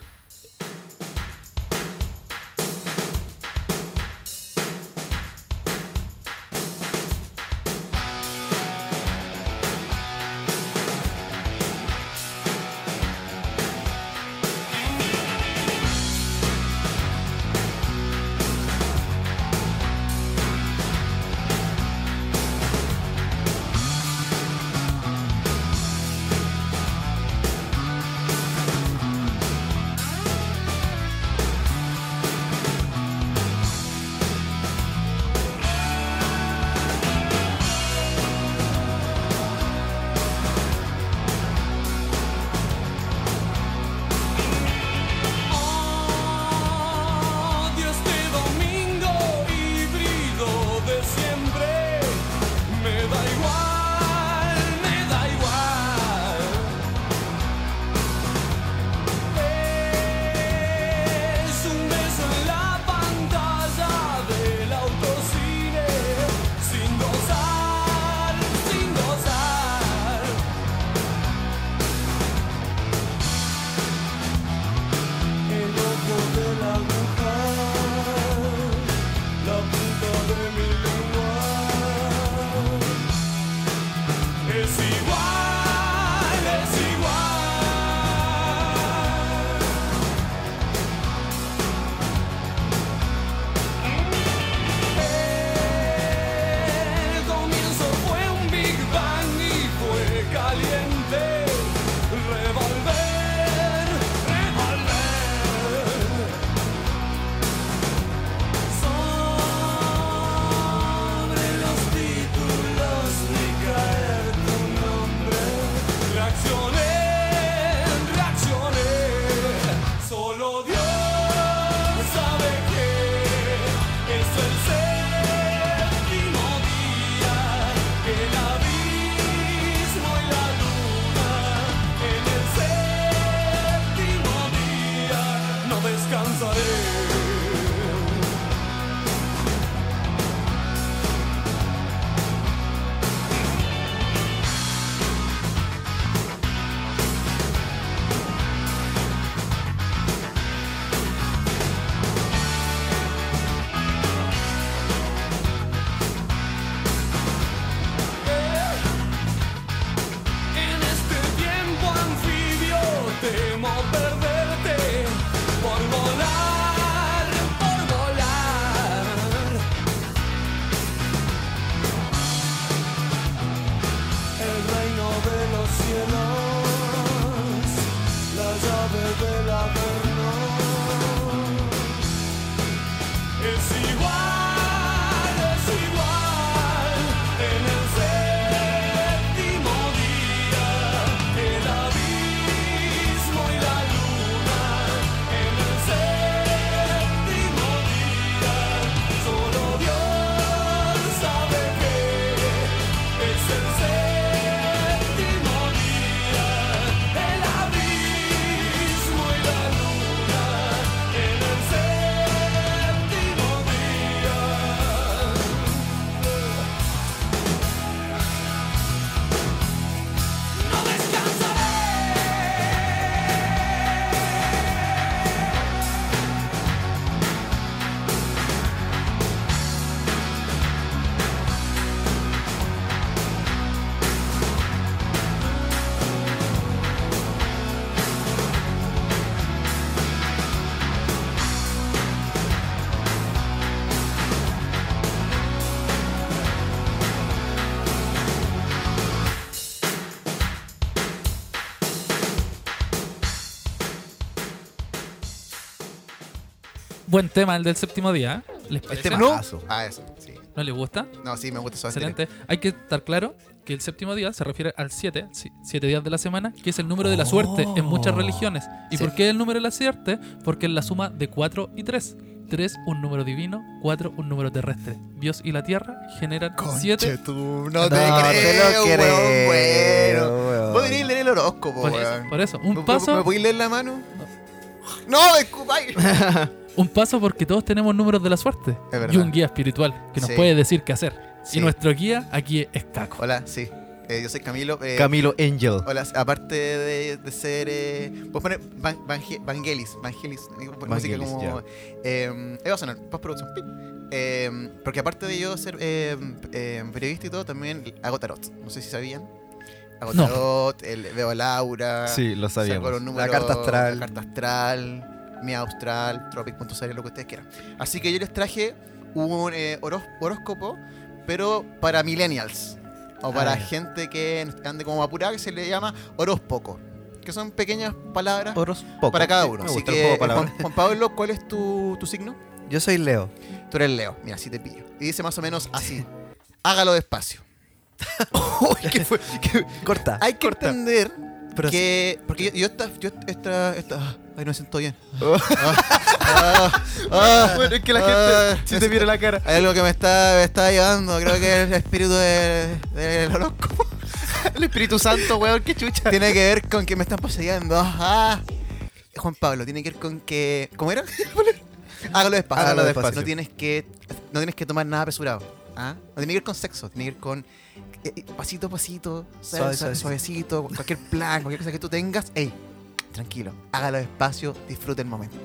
Thank Buen tema el del séptimo día. ¿eh? ¿Les parece? Este ¿No? majazo. Ah, eso. Sí. ¿No les gusta? No, sí, me gusta eso. Excelente. Hay que estar claro que el séptimo día se refiere al 7, 7 días de la semana, que es el número de la suerte en muchas religiones. ¿Y Oh. Sí. por qué el número de la suerte? Porque es la suma de 4 y 3. 3 un número divino, 4 un número terrestre. Dios y la tierra generan 7. tú, no, te No, te lo creo, weón, creo, bueno. weón. Vos deberías leer el horóscopo, Por weón. eso, por eso, un ¿Me- paso- ¿Me, me podéis leer la mano? ¡No, escupáis! Un paso porque todos tenemos números de la suerte. Es verdad. Y un guía espiritual que nos Sí. puede decir qué hacer. Sí. Y nuestro guía aquí es Caco. Hola, sí. Eh, yo soy Camilo. eh, Camilo Angel. Hola, aparte de, de ser. Eh, puedes poner Van- Vange- Vangelis. Vangelis. eh, pon música Vangelis, como. ya. Eh, ahí va a sonar, postproducción. pip. Eh, porque aparte de yo ser eh, eh, periodista y todo, también hago tarot. No sé si sabían. Hago No. tarot, el- veo a Laura. Sí, lo sabíamos. saco los números, pues. la carta astral. La carta astral, mi austral, tropic.cl, lo que ustedes quieran. Así que yo les traje un eh, horos- horóscopo, pero para millennials. O para Ah, ya. gente que ande como apurada, que se le llama horóscopo. Que son pequeñas palabras Horóscopo. para cada Sí, uno. me Así gusta que, el juego de eh, palabras. Juan, Juan Pablo, ¿cuál es tu, tu signo? Yo soy Leo. Tú eres Leo. Mira, así te pillo. Y dice más o menos así. Hágalo despacio. Uy, ¿qué fue? ¿Qué- Corta. Hay que corta. entender Pero que. Porque yo, yo esta. Yo esta, esta- ah, ay, no me siento bien. Ah, ah, bueno, es que la ah, gente. Si me te siento- viera la cara. Hay algo que me está, me está llevando. Creo que es el espíritu del, del horóscopo. El Espíritu Santo, weón, qué chucha. Tiene que ver con que me están poseyendo. Ah. Juan Pablo, tiene que ver con que. ¿Cómo era? Hágalo despacio. Hágalo despacio. No tienes que. No tienes que tomar nada apresurado. ¿ah? No tiene que ver con sexo, tiene que ver con. eh, eh, pasito a pasito, suave, Suave, suave, suave. suavecito, cualquier plan, cualquier cosa que tú tengas, ey, tranquilo, hágalo despacio, disfruta el momento.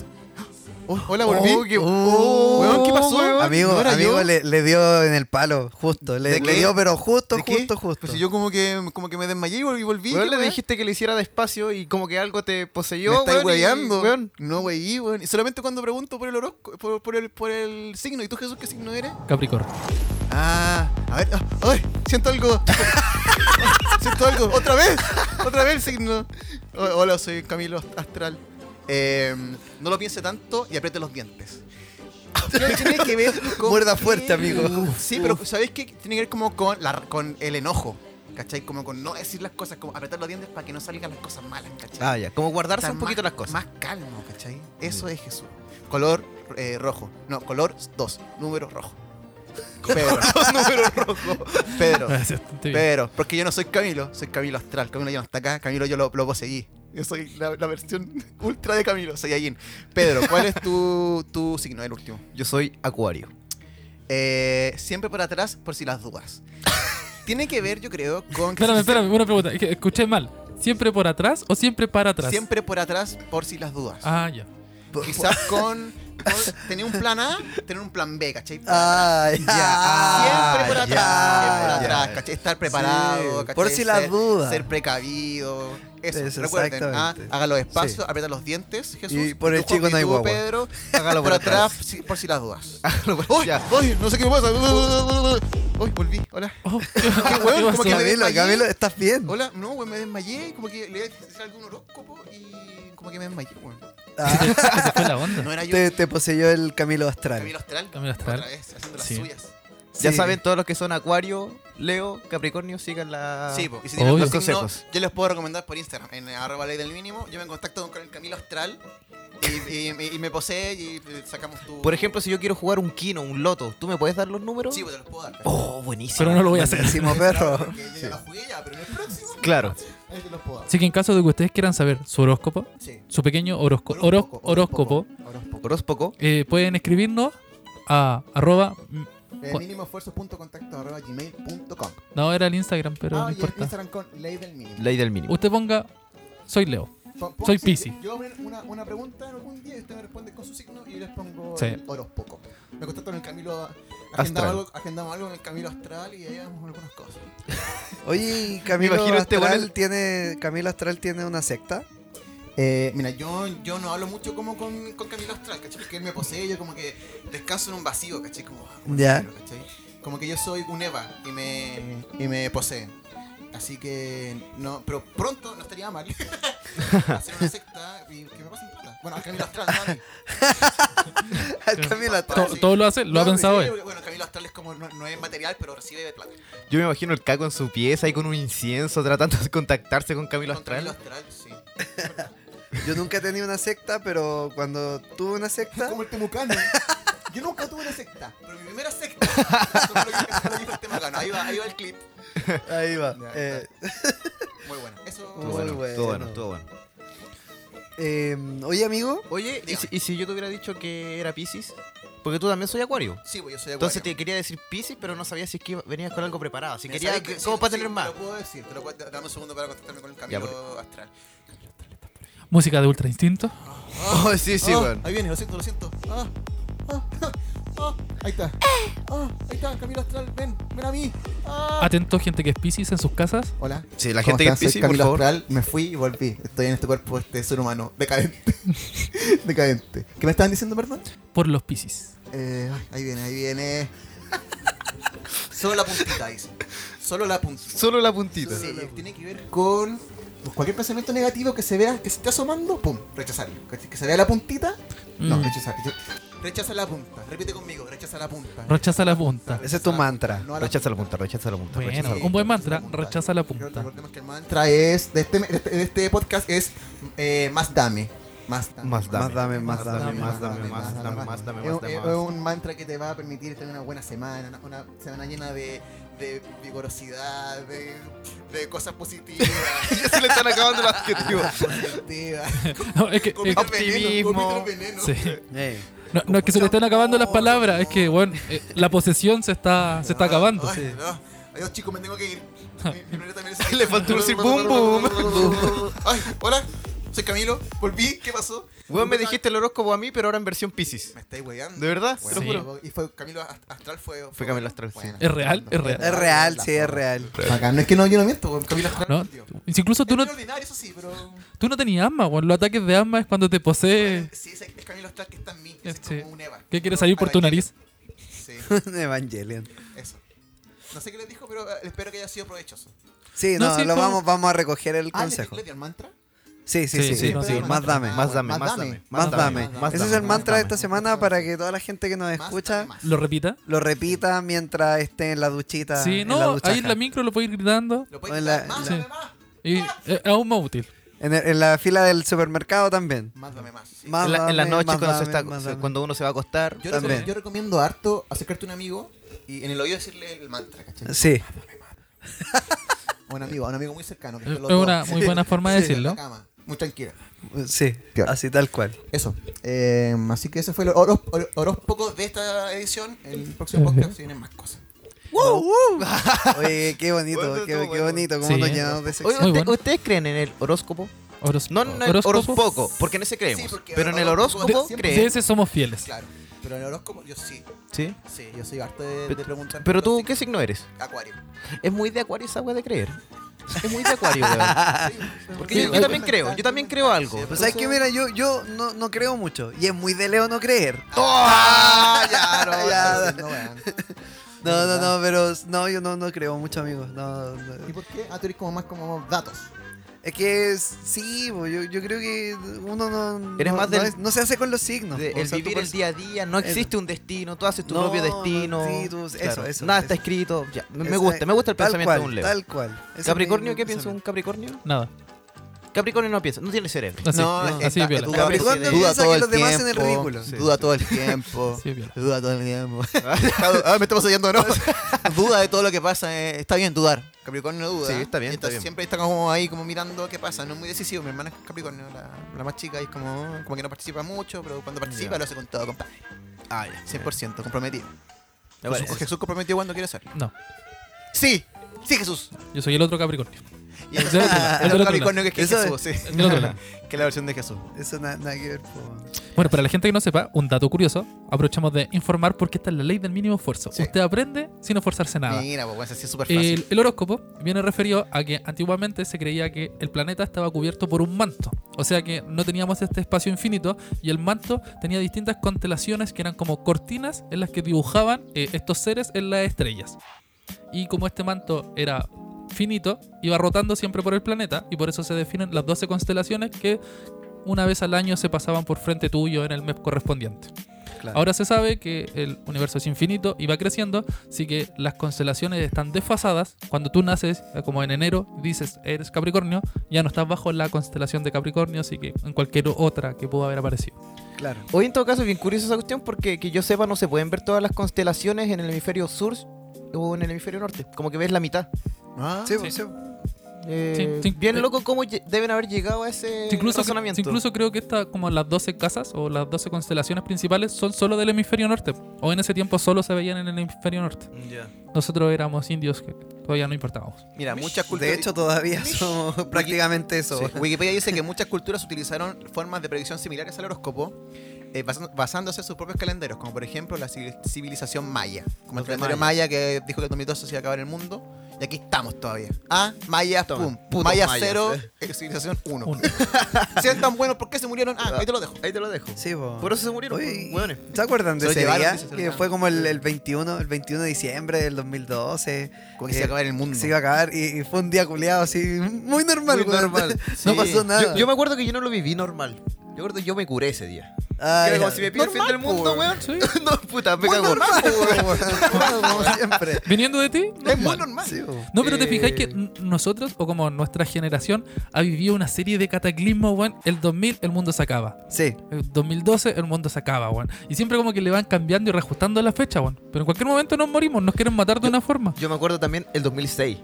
Oh, hola, volví. Oh, qué- Oh, weón, ¿qué pasó? weón. Amigo, ¿No era amigo yo? le, le dio en el palo, justo. ¿De Le, qué? le dio, pero justo, ¿De qué? justo, justo. Pues si yo como que, como que me desmayé y vol- y volví. Weón, le weón. dijiste que le hiciera despacio y como que algo te poseyó, me estáis weón, y- hueveando. weón. No weí, weón. Y solamente cuando pregunto por el horóscopo, por, por el, por el signo. ¿Y tú, Jesús, qué signo eres? Capricornio. Ah, a ver. ah, ay, siento algo. siento algo. Otra vez. Otra vez el signo. O- hola, soy Camilo Astral. Eh, no lo piense tanto y apriete los dientes. tiene que ver con... Muerda fuerte, amigo. Sí, pero ¿sabéis qué? Tiene que ver como con, la- con el enojo. ¿Cachai? Como con no decir las cosas, como apretar los dientes para que no salgan las cosas malas, ¿cachai? Ah, ya. Como guardarse Estar un poquito más- las cosas. Más calmo, ¿cachai? Eso es Jesús. Color eh, rojo. No, color 2. Número rojo. Pedro. número rojo. Pedro. Ah, Bastante bien. Pedro. Porque yo no soy Camilo, soy Camilo Astral. Camilo ya no está acá, Camilo yo lo, lo poseí. Yo soy la, la versión ultra de Camilo, soy Pedro, ¿cuál es tu, tu signo, el último? Yo soy Acuario. Eh, siempre para atrás, por si las dudas. Tiene que ver, yo creo, con que Espérame, espérame, una pregunta. Es que Escuché mal. ¿Siempre por atrás o siempre para atrás? siempre por atrás, por si las dudas. Ah, ya. Quizás con, con tener un plan A, tener un plan B, ¿cachai? Ah, ya. siempre por Ah, ya, atrás, siempre por ya. atrás, ¿cachai? Estar preparado, Sí, ¿cachai? por si las Ser- dudas. Ser precavido. Eso, Eso, recuerden, ah, exactamente. hágalo despacio, aprieta los dientes, Jesús. Y por el tú, Juan, chico no hay y tú, guagua. Ah, Pedro, Hágalo por atrás, si- por si las dudas. Uy, ya. ¡Ay, no sé qué me pasa! ¡Ay, volví! Hola. Oh, hueón, ¿qué como que pasó? me- Camilo, Camilo, ¿estás bien? Hola, no, güey, me desmayé, como que le iba a decir algún horóscopo y como que me desmayé, güey. Ah, Se fue la onda. No era yo. te, te poseyó el Camilo Astral. Camilo Astral. Camilo Astral. Otra vez, haciendo las Sí. suyas. Ya Sí. saben, todos los que son Acuario, Leo, Capricornio, sigan la. Sí, po. y si Obvio. tienen Ah. Los los consejos. consejos. yo les puedo recomendar por Instagram, en arroba ley del mínimo. Yo me contacto con el Camilo Astral y, y- y me posee y eh, sacamos tu. Por ejemplo, si yo quiero jugar un Kino, un Loto, ¿tú me puedes dar los números? Sí, pues te los puedo dar. Oh, buenísimo. Pero no lo voy a hacer. Buenísimo perro. Porque yo ya la jugué ya, pero en el próximo. Claro. Ahí te los puedo dar. Así que en caso de que ustedes quieran saber su horóscopo, Sí. su pequeño horosco- Horóscopo, horos- horóscopo, horóscopo. Horóscopo. eh, pueden escribirnos a arroba... Eh, minimoesfuerzos.contacto.gmail.com No, era el Instagram, pero no Ah, y el importa. Instagram con ley del mínimo. Ley del mínimo. Usted ponga... Soy Leo. Pon- pon- Soy sí, Pisi. Yo, yo voy a poner una, una pregunta en algún día y usted me responde con su signo y yo les pongo Sí. el horóscopo. Me contacto en el Camilo Astral. agendamos algo, agendamos algo en el Camilo Astral y ahí hagamos algunas cosas. Oye, Camilo imagino este Astral weón- tiene. Camilo Astral tiene una secta. Eh, mira, yo Yo, yo no hablo mucho como con, con Camilo Astral, ¿cachai? Porque él me posee, yo como que descanso en un vacío, ¿cachai? Como, ah, como Ya. negro, ¿cachai? Como que yo soy un Eva y me, y me posee. Así que no, pero pronto no estaría mal hacer una secta y que me pasen plata. Bueno, al Camilo Astral, no a mí. Al Camilo To- atrás. todo lo hace, lo ha No, pensado sí, él. porque, Bueno, Camilo Astral es como no, no es material, pero recibe de plata. Yo me imagino el caco en su pieza y con un incienso tratando de contactarse con Camilo Con Camilo Astral. Astral, sí. Yo nunca he tenido una secta, pero cuando tuve una secta, Como el temucano. Yo nunca tuve una secta, pero mi primera secta. Eso fue lo que- eso fue lo que hizo el temucano. Ahí va, ahí va el clip. ahí va. Ya, Eh, Muy bueno. Eso. Estuvo Muy bueno, bueno. estuvo bueno, estuvo bueno. em, eh, oye, amigo, Oye, Dígame. ¿y si, y si yo te hubiera dicho que era Pisces? Porque tú también soy Acuario. Sí, pues yo soy Entonces acuario. te quería decir Pisces, pero no sabía si es que iba- venías con algo preparado. Así Mira, quería, ¿sabes qué? ¿cómo Sí, para sí, tener más? Te lo puedo decir, te lo puedo- dame un segundo para contactarme con el Camilo Astral. Música de Ultra Instinto. Oh, sí, sí, Ah, weón. Ahí viene, lo siento, lo siento. Ah, ah, ah, ahí está. Ah, ahí está, Camilo Astral, ven, ven a mí. Ah. Atento, gente que es Pisces en sus casas. Hola. Sí, la ¿Cómo gente que están? Soy es Piscis, por Camilo favor. Astral, me fui y volví. Estoy en este cuerpo, este ser humano. Decadente. Decadente. ¿Qué me estaban diciendo, perdón? Por los Pisces. Eh, ay, ahí viene, ahí viene. Solo la puntita, dice. Solo la puntita. Solo la puntita. Sí, eh, tiene que ver con pues, cualquier pensamiento negativo que se vea, que se esté asomando, pum, rechazarlo. Que, que se vea la puntita, no, Mm. rechazar. rechaza- Rechaza la punta. Repite conmigo, rechaza la punta. Rechaza la punta. ese es tu mantra. No a Rechaza la punta, rechaza la punta. rechaza Bueno, la Sí, punta. un buen mantra. rechaza la punta. Rechaza la Creo que punta. Recordemos que el mantra es, de este, de este, de este podcast es eh, más dame. Más dame. Más dame, Más dame, más dame, más dame, más dame, más dame, Es más un- dame, Es más. un mantra que te va a permitir tener una buena semana, una- una semana llena de, de vigorosidad, de, de cosas positivas. Ya se le están acabando los adjetivos. positivas. No, es que, es- Comite el veneno, comite el veneno. sí. Eh, No, no, es que se le están acabando las palabras. Es que, bueno, eh, la posesión se está, se está acabando. Ah, Ay, no. Adiós chicos, me tengo que ir. Mi- mi novia también es- Le faltó decir boom, boom. Ay, hola, soy Camilo. Volví, ¿qué pasó? Weón, me dijiste el horóscopo a mí, pero ahora en versión Pisces. Me estáis weyando. ¿De verdad? Bueno, Sí. Y fue Camilo Ast- Astral fue. Fue Camilo Astral, sí. Es real, es real. es real, sí, es real. Acá no es que no, yo no miento, weón, Camilo Astral. ¿No? tío. Si Incluso tú Es no, ordinario, eso sí, pero. tú no tenías asma, weón. Los ataques de asma es cuando te posee. Sí, es, es Camilo Astral que está en mí. Es Sí. como un Eva. ¿Qué quieres salir por tu nariz? Sí, Evangelion. eso. No sé qué les dijo, pero eh, espero que haya sido provechoso. Sí, No, no, sí, lo como- vamos, vamos a recoger el Ah, ¿le- consejo. ¿le dio el mantra? Sí, sí, Sí, sí. sí, no, sí. Más dame. Más dame, Más más dame. dame. Más dame. más Ese es dame, el mantra de dame. esta semana para que toda la gente que nos escucha Más, dame, ¿Lo más. repita? lo repita mientras esté en la duchita. Sí, en la no, duchaja. ahí en la micro lo puedes ir gritando. Lo puedes en la- quitar. Más, sí. dame más. Y es aún más útil. En el- en la fila del supermercado también. Más, dame más. sí. Más en la, en la dame, noche más cuando, se dame, está- más se- dame. cuando uno se va a acostar. Yo, También. recom- yo recomiendo harto acercarte a un amigo y en el oído decirle el mantra, ¿cachai? Sí, A un amigo, a un amigo muy cercano. Que Es esté los dos. una muy buena forma de Sí, en la decirlo. cama, Muy tranquila. sí, Claro. así tal cual. Eso. Eh, así que ese fue el horos- hor- horóscopo de esta edición. El próximo podcast se vienen más cosas. Oye, qué bonito, Bueno, qué, estuvo qué bueno. bonito cómo Sí. nos llenamos de Oye, sección. Muy ¿usted- bueno. ¿ustedes creen en el horóscopo? Horos- No en el horóscopo. horóscopo, porque en ese creemos. porque pero en el horóscopo horóscopo siempre- De crees. ese somos fieles. Claro. Pero en el horóscopo yo sí. Sí. Sí, yo soy harto de, de preguntar. Pero tú, Así que- ¿qué signo eres? Acuario. Es muy de Acuario esa wea de creer. Es muy de Acuario, weón. Porque yo, yo Sí, eh, también sí. creo, yo también creo algo. Pues sabes que mira, yo, yo no, no creo mucho. Y es muy de Leo no creer. ¡Oh! ¡Ah! Ya, no, Ya. no, no, vean. No, no, no, pero no, yo no, no creo mucho, amigos. No, ¿Y no. por qué? Ah, tú eres como más como datos. Es que es- sí, bo, yo, yo creo que uno no, Eres no, más no del- es- no se hace con los signos. De- o el sea, tú vivir por- el día a día, no existe un destino, tú haces tu No, propio no, destino. sí, tú- eso, eso, Nada eso. está escrito. ya, me- me Esa- gusta, me gusta el tal pensamiento cual, de un Leo. Tal cual. Ese es mi- Capricornio, mi ¿qué piensa un pensamiento. Capricornio? Nada. Capricornio no piensa, no tiene cerebro. Así, No, así es está- viola. tú- Capricornio Duda piensa todo que el los demás hacen el tiempo. ridículo. Duda todo el tiempo. Así es viola. Duda todo el tiempo. ah, me estamos oyendo, ¿no? duda de todo lo que pasa. eh. Está bien dudar. Capricornio no duda. Sí, está bien, Y está entonces bien. Siempre está como ahí, como mirando qué pasa. No es muy decisivo. Mi hermana es Capricornio, la, la más chica, y es como, como que no participa mucho, pero cuando participa Ya. lo hace con todo, compadre. Ah, ya. 100% comprometido. Me parece. Jesús, Jesús comprometido cuando quiere hacerlo. No, Sí, sí, Jesús. yo soy el otro Capricornio. Y el, Ese es otro lado, ese es otro otro Capricornio que es Eso es- Jesús, sí. Del otro lado. Que es la versión de Jesús. Eso na- nada que ver. po. Bueno, para la gente que no sepa, un dato curioso, aprovechamos de informar porque esta es la ley del mínimo esfuerzo. Sí. Usted aprende sin esforzarse nada. Mira, pues bueno, así es súper fácil. El, el horóscopo viene referido a que antiguamente se creía que el planeta estaba cubierto por un manto. O sea que no teníamos este espacio infinito y el manto tenía distintas constelaciones que eran como cortinas en las que dibujaban eh, estos seres en las estrellas. Y como este manto era finito y va rotando siempre por el planeta y por eso se definen las 12 constelaciones que una vez al año se pasaban por frente tuyo en el mes correspondiente. Claro. Ahora se sabe que el universo es infinito y va creciendo, así que las constelaciones están desfasadas. Cuando tú naces, eh, como en enero, y dices eres Capricornio, ya no estás bajo la constelación de Capricornio, así que en cualquier otra que pudo haber aparecido. Claro. Hoy en todo caso es bien curiosa esa cuestión porque que yo sepa no se pueden ver todas las constelaciones en el hemisferio sur o en el hemisferio norte. Como que ves la mitad. Ah, Sí, sí. pues, sí. Eh, Sí, sí, bien eh. loco cómo lle- deben haber llegado a ese Incluso, Eh, razonamiento. incluso creo que estas, como las 12 casas o las 12 constelaciones principales, son solo del hemisferio norte. O en ese tiempo solo se veían en el hemisferio norte. Ya. Nosotros éramos indios que todavía no importábamos. Mira, muchas culturas. De hecho, todavía somos prácticamente eso. Sí. Wikipedia dice que muchas culturas utilizaron formas de predicción similares al horóscopo, eh, basa- basándose en sus propios calendarios, como por ejemplo la civil- civilización maya. Como el Los de calendario maya. que dijo que el 2012 se iba a acabar el mundo, y aquí estamos todavía. Ah, maya, Toma, pum. putos Maya mayas, 0, eh. civilización 1. Uno. Si eran tan buenos, ¿por qué se murieron? Ah, ahí te lo dejo. Ahí te lo dejo. Sí, po. Por eso se murieron, Oye, pues, hueones. ¿Se acuerdan de Se lo ese llevaron, día? dice, se lo Que llevaron. fue como el, el 21, el 21 de diciembre del 2012. Como Eh, que se iba a acabar el mundo. Se iba a acabar y, y fue un día culeado así, muy normal. Muy weón. normal. no Sí. pasó nada. Yo, yo me acuerdo que yo no lo viví normal. Yo me acuerdo que yo me curé ese día. Ah, Era ya. como si me pide el fin Normal, del mundo, po, weón. Sí. no, puta, me Muy cago. normal, po, weón. Como siempre. Viniendo de ti, Es muy normal. normal. Sí, po. No, pero te Eh, fijáis que n- nosotros, o como nuestra generación, ha vivido una serie de cataclismos, weón. El 2000, el mundo se acaba. Sí. El 2012, el mundo se acaba, weón. Y siempre como que le van cambiando y reajustando la fecha, weón. Pero en cualquier momento nos morimos, nos quieren matar de una forma. Yo me acuerdo también el 2006.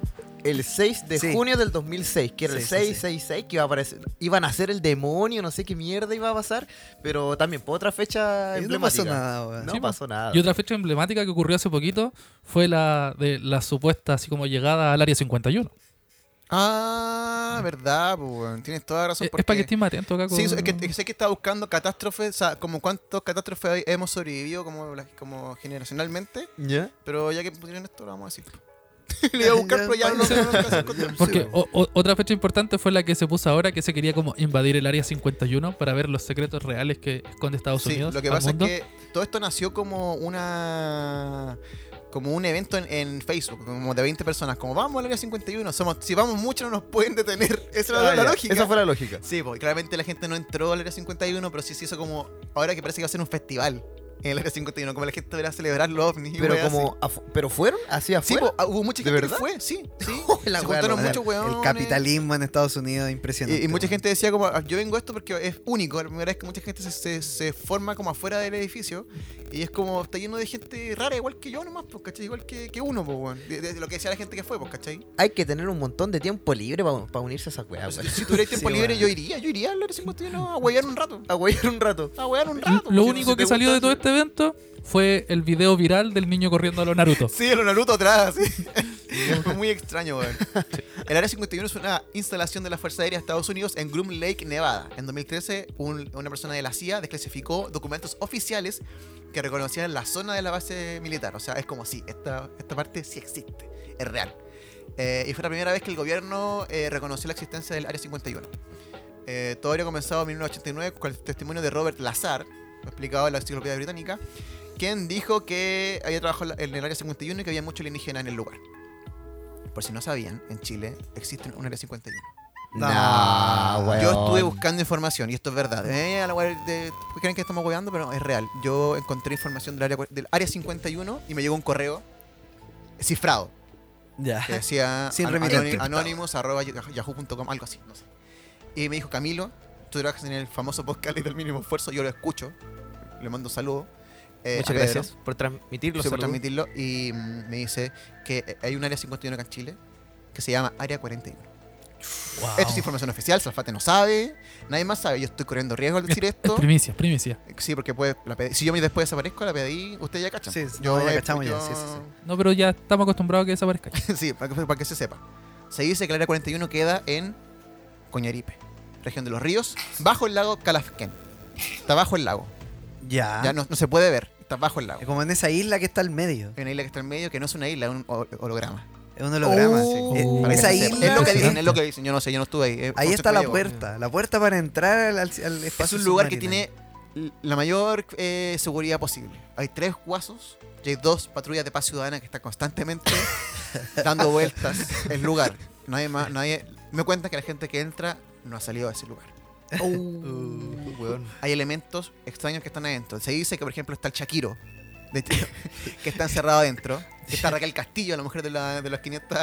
El 6 de Sí. junio del 2006, que era el Sí, sí, sí. 666, que iba a aparecer, iban a ser el demonio, no sé qué mierda iba a pasar, pero también por otra fecha Y No pasó emblemática. nada, weón. No Sí, po. pasó nada. Y otra fecha emblemática que ocurrió hace poquito fue la de la supuesta así como llegada al área 51. Ah, verdad, pues, weón. tienes toda la razón. Eh, Es, porque- para que estemos atentos, Caco. Sí, es que, es que sé que está buscando catástrofes, o sea, como cuántas catástrofes hemos sobrevivido como, las- como generacionalmente, ¿Ya? pero ya que pusieron esto, lo vamos a decir. Le iba a buscar, pero ya no lo no lo alcancé a encontrar. Porque o- o- otra fecha importante fue la que se puso ahora, que se quería como invadir el área 51 para ver los secretos reales que esconde Estados Sí, Unidos. lo que al pasa es mundo. que todo esto nació como una como un evento en, en Facebook, como de 20 personas, como vamos al área 51, somos si vamos mucho no nos pueden detener. Esa era Ah, la ya. lógica. Esa fue la lógica. Sí, pues claramente la gente no entró al área 51, pero sí se hizo como ahora que parece que va a ser un festival en el área 51, como la gente va a celebrar los ovnis. y Pero weas como, afu- pero fueron hacia así. Sí, afuera. po, ah, hubo mucha ¿De gente que verdad? fue, sí, sí. La se weá, juntaron la- muchos weones. El capitalismo en Estados Unidos es impresionante. Y, y mucha weón. gente decía como, "Ah, yo vengo a esto porque es único, la primera vez que mucha gente se, se- se forma como afuera del edificio y es como, está lleno de gente rara, igual que yo nomás, pues, ¿cachai? Igual que, que uno, pues, weón. De, de- de lo que decía la gente que fue, pues, ¿cachai? Hay que tener un montón de tiempo libre para unirse a esa weá, Si, weón. si tuvierais tiempo Sí, libre, weón. yo iría, yo iría al área 51 a huevear un rato, A huear un rato. a huevear un rato. Lo pues, si- único si te que salió gusta- de todo este evento fue el video viral del niño corriendo a los Naruto. Sí, el Naruto atrás, sí. Fue muy extraño, weón. El Área 51 es una instalación de la Fuerza Aérea de Estados Unidos en Groom Lake, Nevada. En 2013, un- una persona de la CIA desclasificó documentos oficiales que reconocían la zona de la base militar. O sea, es como, sí, esta, esta parte sí existe, es real. Eh, y fue la primera vez que el gobierno eh, reconoció la existencia del Área 51. Eh, todo había comenzado en 1989 con el testimonio de Robert Lazar, explicado en la Enciclopedia Británica, quien dijo que había trabajado en el área 51 y que había mucho alienígena en el lugar. Por si no sabían, en Chile existe un área 51. Nah, weón. Yo estuve buscando información y esto es verdad. Eh, a la wea de- creen que estamos hueveando, pero no, es real. Yo encontré información del área, cua- del área 51 y me llegó un correo cifrado Ya. que decía Sin an- remitente. anoni- anonymous arroba yahoo.com, algo así, no sé. Y me dijo, Camilo, tú trabajas en el famoso podcast del mínimo esfuerzo, yo lo escucho, le mando un saludo. eh, Muchas a Pedro, gracias por transmitirlo. sí, saludos. por transmitirlo. Y mm, me dice que eh, hay un área 51 acá en Chile que se llama Área 41. Wow. Esto es información oficial, Salfate no sabe, nadie más sabe. Yo estoy corriendo riesgo al decir Es esto. primicia, primicia. Sí, porque puede, la pedí- si yo me después desaparezco, la pedí, ustedes ya cachan. Sí, no, ya cachamos ya, sí, sí, sí. No, pero ya estamos acostumbrados a que desaparezca. sí, para que, para que se sepa. Se dice que el área 41 queda en Coñaripe, región de los ríos, bajo el lago Calafquén. Está bajo el lago. Ya. Ya no, no se puede ver, está bajo el lago. Como en esa isla que está al medio. Hay una isla que está en medio que no es una isla, es un ho- holograma. Es un holograma. Oh, sí. Eh, para que esa se sepa. sepa. isla. Es lo que dicen, es lo que dicen. Yo no sé, yo no estuve ahí. eh, Ahí por está cierto, la yo- puerta. La puerta para entrar al, al, al Es espacio. un lugar que submarino. tiene la mayor eh, seguridad posible. Hay tres guasos y hay dos patrullas de paz ciudadana que están constantemente dando vueltas el lugar. Nadie más, nadie. Me cuenta que la gente que entra no ha salido de ese lugar. Uh, Hay elementos extraños que están adentro. Se dice que, por ejemplo, está el Shakiro, de hecho, que está encerrado adentro. Que está Raquel Castillo, la mujer de, la- de las 500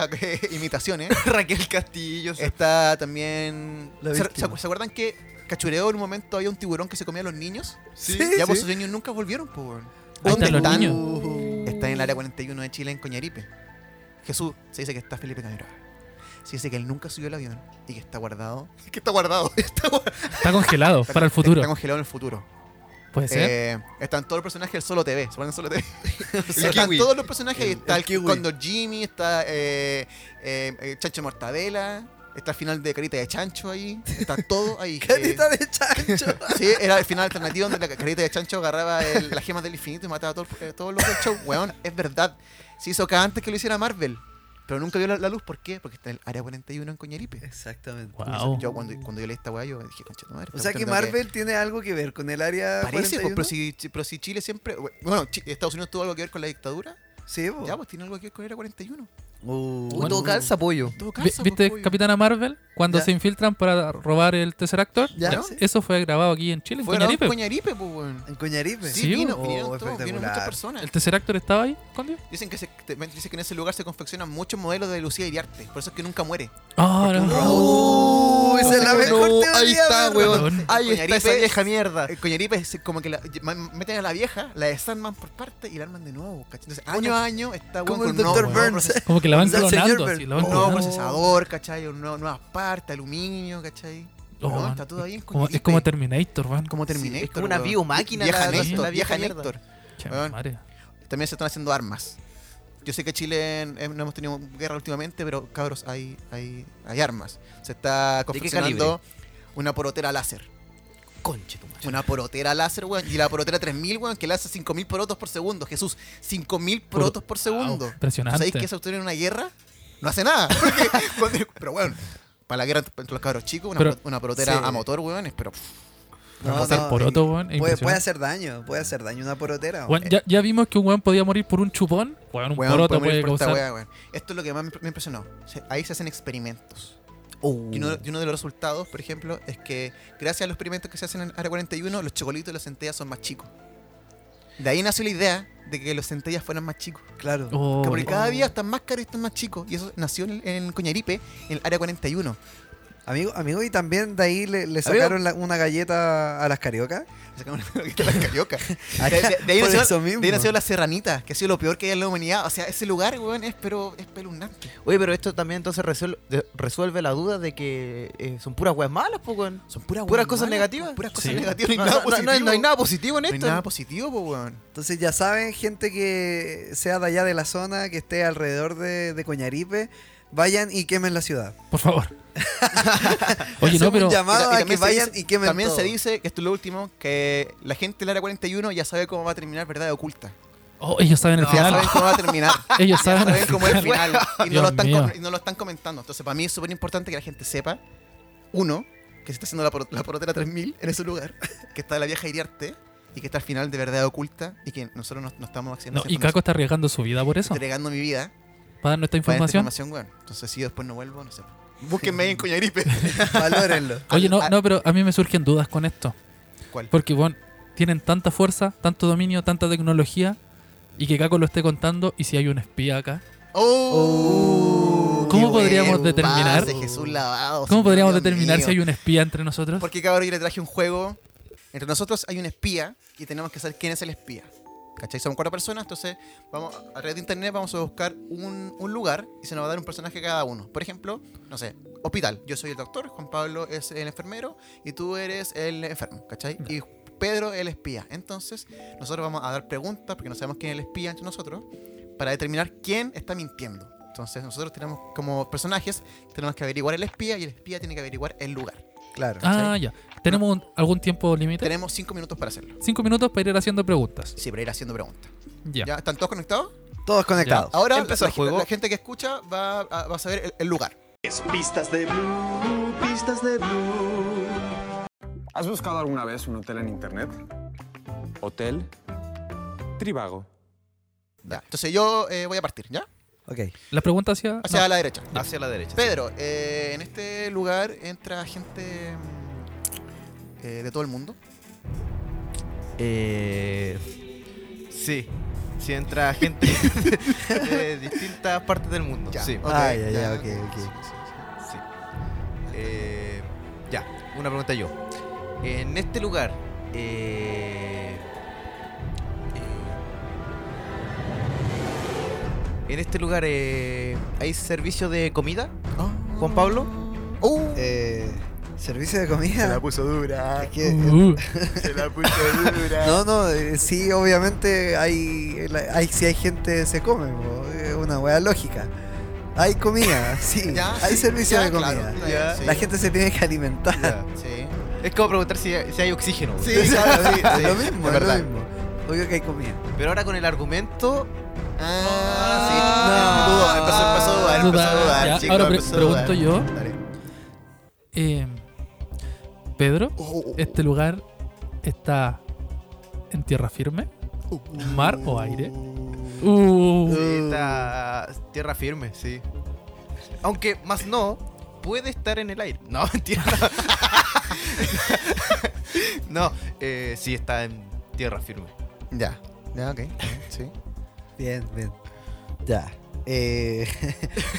imitaciones. Raquel Castillo. Está también. La ¿Se, víctima. se acuerdan que Cachureo en un momento había un tiburón que se comía a los niños? Sí, ya pues sí. esos niños nunca volvieron, pues. weón. Ahí ¿Dónde están los están? Uh. niños. Está en el área 41 de Chile, en Coñaripe. Jesús, se dice que está Felipe Camiroaga. Se dice que él nunca subió al avión y que está guardado. Que está guardado. Está, guar- Está congelado para el está futuro. congelado en el futuro. Puede ser. Eh, están todos los personajes del Solo TV. ¿Se acuerdan del Solo TV? El están kiwi. todos los personajes. El- está el el kiwi. Condor Jimmy, está eh, eh, eh, Chancho Mortadela, está el final de Carita de Chancho ahí. Está todo ahí. Carita Eh, de chancho. Sí, era el final alternativo donde la Carita de Chancho agarraba el- las gemas del infinito y mataba a todo el- eh, todos los del show. Weón, es verdad. Se hizo acá antes que lo hiciera Marvel. Pero nunca vio la, la luz. ¿Por qué? Porque está en el área 41 en Coñaripe. Exactamente. Wow. Yo cuando, cuando yo leí esta weá, yo dije, concha tu madre. Ah, oh. O esta sea que cuestión tengo Marvel tiene algo que ver con el área. Parece, pues, 41. pero, si, si- pero si Chile siempre. Bueno, Chi- Estados Unidos tuvo algo que ver con la dictadura. Sí, po. Ya, pues tiene algo que ver con el 41. Uh, Bueno. todo calza, pollo. Todo Vi- calza, ¿Viste pues, pollo. Capitana Marvel cuando Ya. se infiltran para robar el tercer actor? Ya, Ya, sí. Eso fue grabado aquí en Chile, en Fue grabado Coñaripe. en Coñaripe, pues, weón. en Coñaripe. Sí, Sí, vino, oh, vinieron todos, vinieron muchas espectacular. personas. ¿El tercer actor estaba ahí, escondido? Dicen que, se, te- dicen que en ese lugar se confeccionan muchos modelos de Lucía Iriarte. Por eso es que nunca muere. Ah, no. Oh, Uh, esa es la mejor teoría, ahí está, Marvel. weón. Ahí Coñaripe está esa es- vieja Ah. mierda. El Coñaripe Eh, es como que la, ma- meten a la vieja, la de Sandman por parte y la arman de nuevo. ¿cachai? Entonces, año a año está weón, Como el con nuevo- Dr. nuevo Burns. procesador. Como que la van Zack clonando Seyerberg. así, la van un Oh. nuevo clonando. procesador, ¿cachai? Un nuevo- nuevas partes, aluminio, ¿cachai? Oh, No, man. está todo ahí en Como- es Coñaripe. como Terminator, van. este- como Sí, Terminator. es como una weón. biomáquina Vieja la- la- Nector, la vieja vieja mierda. Nector. Che, weón. madre. También se están haciendo armas. Yo sé que Chile en- en- no hemos tenido guerra últimamente, pero cabros, hay, hay, hay armas. Se está qué confeccionando una porotera láser. Conche tu madre. Una porotera láser, weón. Y la porotera 3000, weón, que lanza 5000 porotos por segundo. Jesús, 5000 porotos por segundo. Wow, impresionante. ¿Sabéis que esa usted en una guerra? No hace nada. Porque cuando- pero, weón, para la guerra entre los cabros chicos, una, Pero- pro- una porotera Sí. a motor, weón, pero pff, No, Vamos a hacer no, poroto, weón, es y- Puede, impresionante. puede hacer daño, puede hacer daño una porotera. Weón, ya, ya vimos que un weón podía morir por un chupón. Weón, un eh. weón, poroto podemos puede ir por esta causar. weá, weón. Esto es lo que más me me impresionó. O sea, ahí se hacen experimentos. Y uno, y uno de los resultados, por ejemplo, es que gracias a los experimentos que se hacen en Área 41, los chocolitos y las centellas son más chicos. De ahí nació la idea de que los centellas fueran más chicos. Claro. Oh, Que porque cada oh. día están más caros y están más chicos. Y eso nació en, en Coñaripe, en el Área 41. Amigo, amigo, y también de ahí le, le sacaron la- una galleta a las cariocas. Sacaron lo que está en la carioca. Acá, De, de- de ahí por nació, eso de ahí mismo. nació la serranita, que ha sido lo peor que hay en la humanidad. O sea, ese lugar, weón, es pero es espeluznante. Oye, pero esto también entonces resuel- de- resuelve la duda de que eh, son puras weas malas, po, weón. Son puras, Puras weas cosas malas, negativas. Puras cosas Sí. negativas. No hay No, no, nada no, positivo. no hay nada positivo en No hay esto. nada positivo, po, weón. Entonces ya saben, gente que sea de allá de la zona, que esté alrededor de, de Coñaripe, vayan y quemen la ciudad. Por favor. Oye, no, Hacemos pero. un llamado Y a que también se vayan dice- y quemen También todo. se dice, que esto es lo último, que la gente del área 41 ya sabe cómo va a terminar Verdad Oculta. Oh, ellos saben el Ya final. saben cómo va a terminar. Ellos Ya saben el saben cómo es el final. final. Y no, Dios lo están mío. com- y no lo están comentando. Entonces, para mí es súper importante que la gente sepa, uno, que se está haciendo la, por- la porotera 3000 en ese lugar, que está la vieja Iriarte y que está al final de Verdad Oculta y que nosotros no, no estamos haciendo No, y Caco está arriesgando su vida por eso. entregando mi vida Para darnos esta para esta información. información, weón. Entonces, si yo después no vuelvo, no sé. Búsquenme ahí en Coñagripe. Valórenlo. Oye, no, Ah. no, pero a mí me surgen dudas con esto. ¿Cuál? Porque, bueno, tienen tanta fuerza, tanto dominio, tanta tecnología. Y que Caco lo esté contando. Y si hay un espía acá. Oh, ¿Cómo qué podríamos buen determinar? pase, Jesús Lavado, ¿Cómo señor, podríamos Dios determinar mío. si hay un espía entre nosotros? Porque cabrón, yo le traje un juego. Entre nosotros hay un espía y tenemos que saber quién es el espía. ¿Cachai? Somos cuatro personas, entonces vamos a través de internet vamos a buscar un, un lugar y se nos va a dar un personaje cada uno. Por ejemplo, no sé, hospital. Yo soy el doctor, Juan Pablo es el enfermero y tú eres el enfermo, ¿cachai? Y Pedro el espía. Entonces, nosotros vamos a dar preguntas porque no sabemos quién es el espía entre nosotros para determinar quién está mintiendo. Entonces, nosotros tenemos como personajes, tenemos que averiguar el espía y el espía tiene que averiguar el lugar. Claro. Ah, ya. ¿Tenemos un- algún tiempo límite? Tenemos cinco minutos para hacerlo. Cinco minutos para ir haciendo preguntas. Sí, para ir haciendo preguntas. Ya. ¿Ya? ¿Están todos conectados? Todos conectados. Ahora la, Empezó el la- juego. la gente que escucha va a, va a saber el, el lugar. Pistas de Blue, pistas de Blue. ¿Has buscado alguna vez un hotel en internet? Hotel Tribago. Ya. Entonces yo eh, voy a partir, ¿ya? Ok. Las preguntas hacia. Hacia no. la derecha. Hacia la derecha. Pedro, eh, en este lugar entra gente mm, eh, de todo el mundo. Eh, sí. Si entra gente de distintas partes del mundo. Ya, Sí. ok, Ah, ya, ya, ok, ok. Sí, sí, sí. sí. Eh, ya, una pregunta yo. En este lugar, eh, eh, en este lugar eh, hay servicio de comida, Juan Pablo. Oh, Uh, Eh, Servicio de comida. puso dura. Es que- eh, Uh, Se la puso dura. No, no, eh, sí, obviamente hay, la- hay si hay gente se come, po, es una weá lógica. Hay comida, sí, Ya, hay sí, servicio ya, de comida. claro, ya, sí. La gente se tiene que alimentar. Sí. Es como preguntar si, si hay oxígeno. Sí, claro, sí, sí, es lo mismo, es es lo verdad. mismo. Obvio que hay comida. Pero ahora con el argumento, Ah, sí. Dudó, empezó, empezó a dudar, empezó a dudar, Ya, chicos, ahora pre- empezó a pregunto dudar. yo. Dale. eh, Pedro, Oh, ¿este lugar está en tierra firme? Uh. ¿Mar o aire? Uh, Sí, está tierra firme, sí. Aunque más no, puede estar en el aire. No, mentira. no, eh, sí está en tierra firme. Ya. Ya, ok. Sí. Bien, bien. Ya. Eh,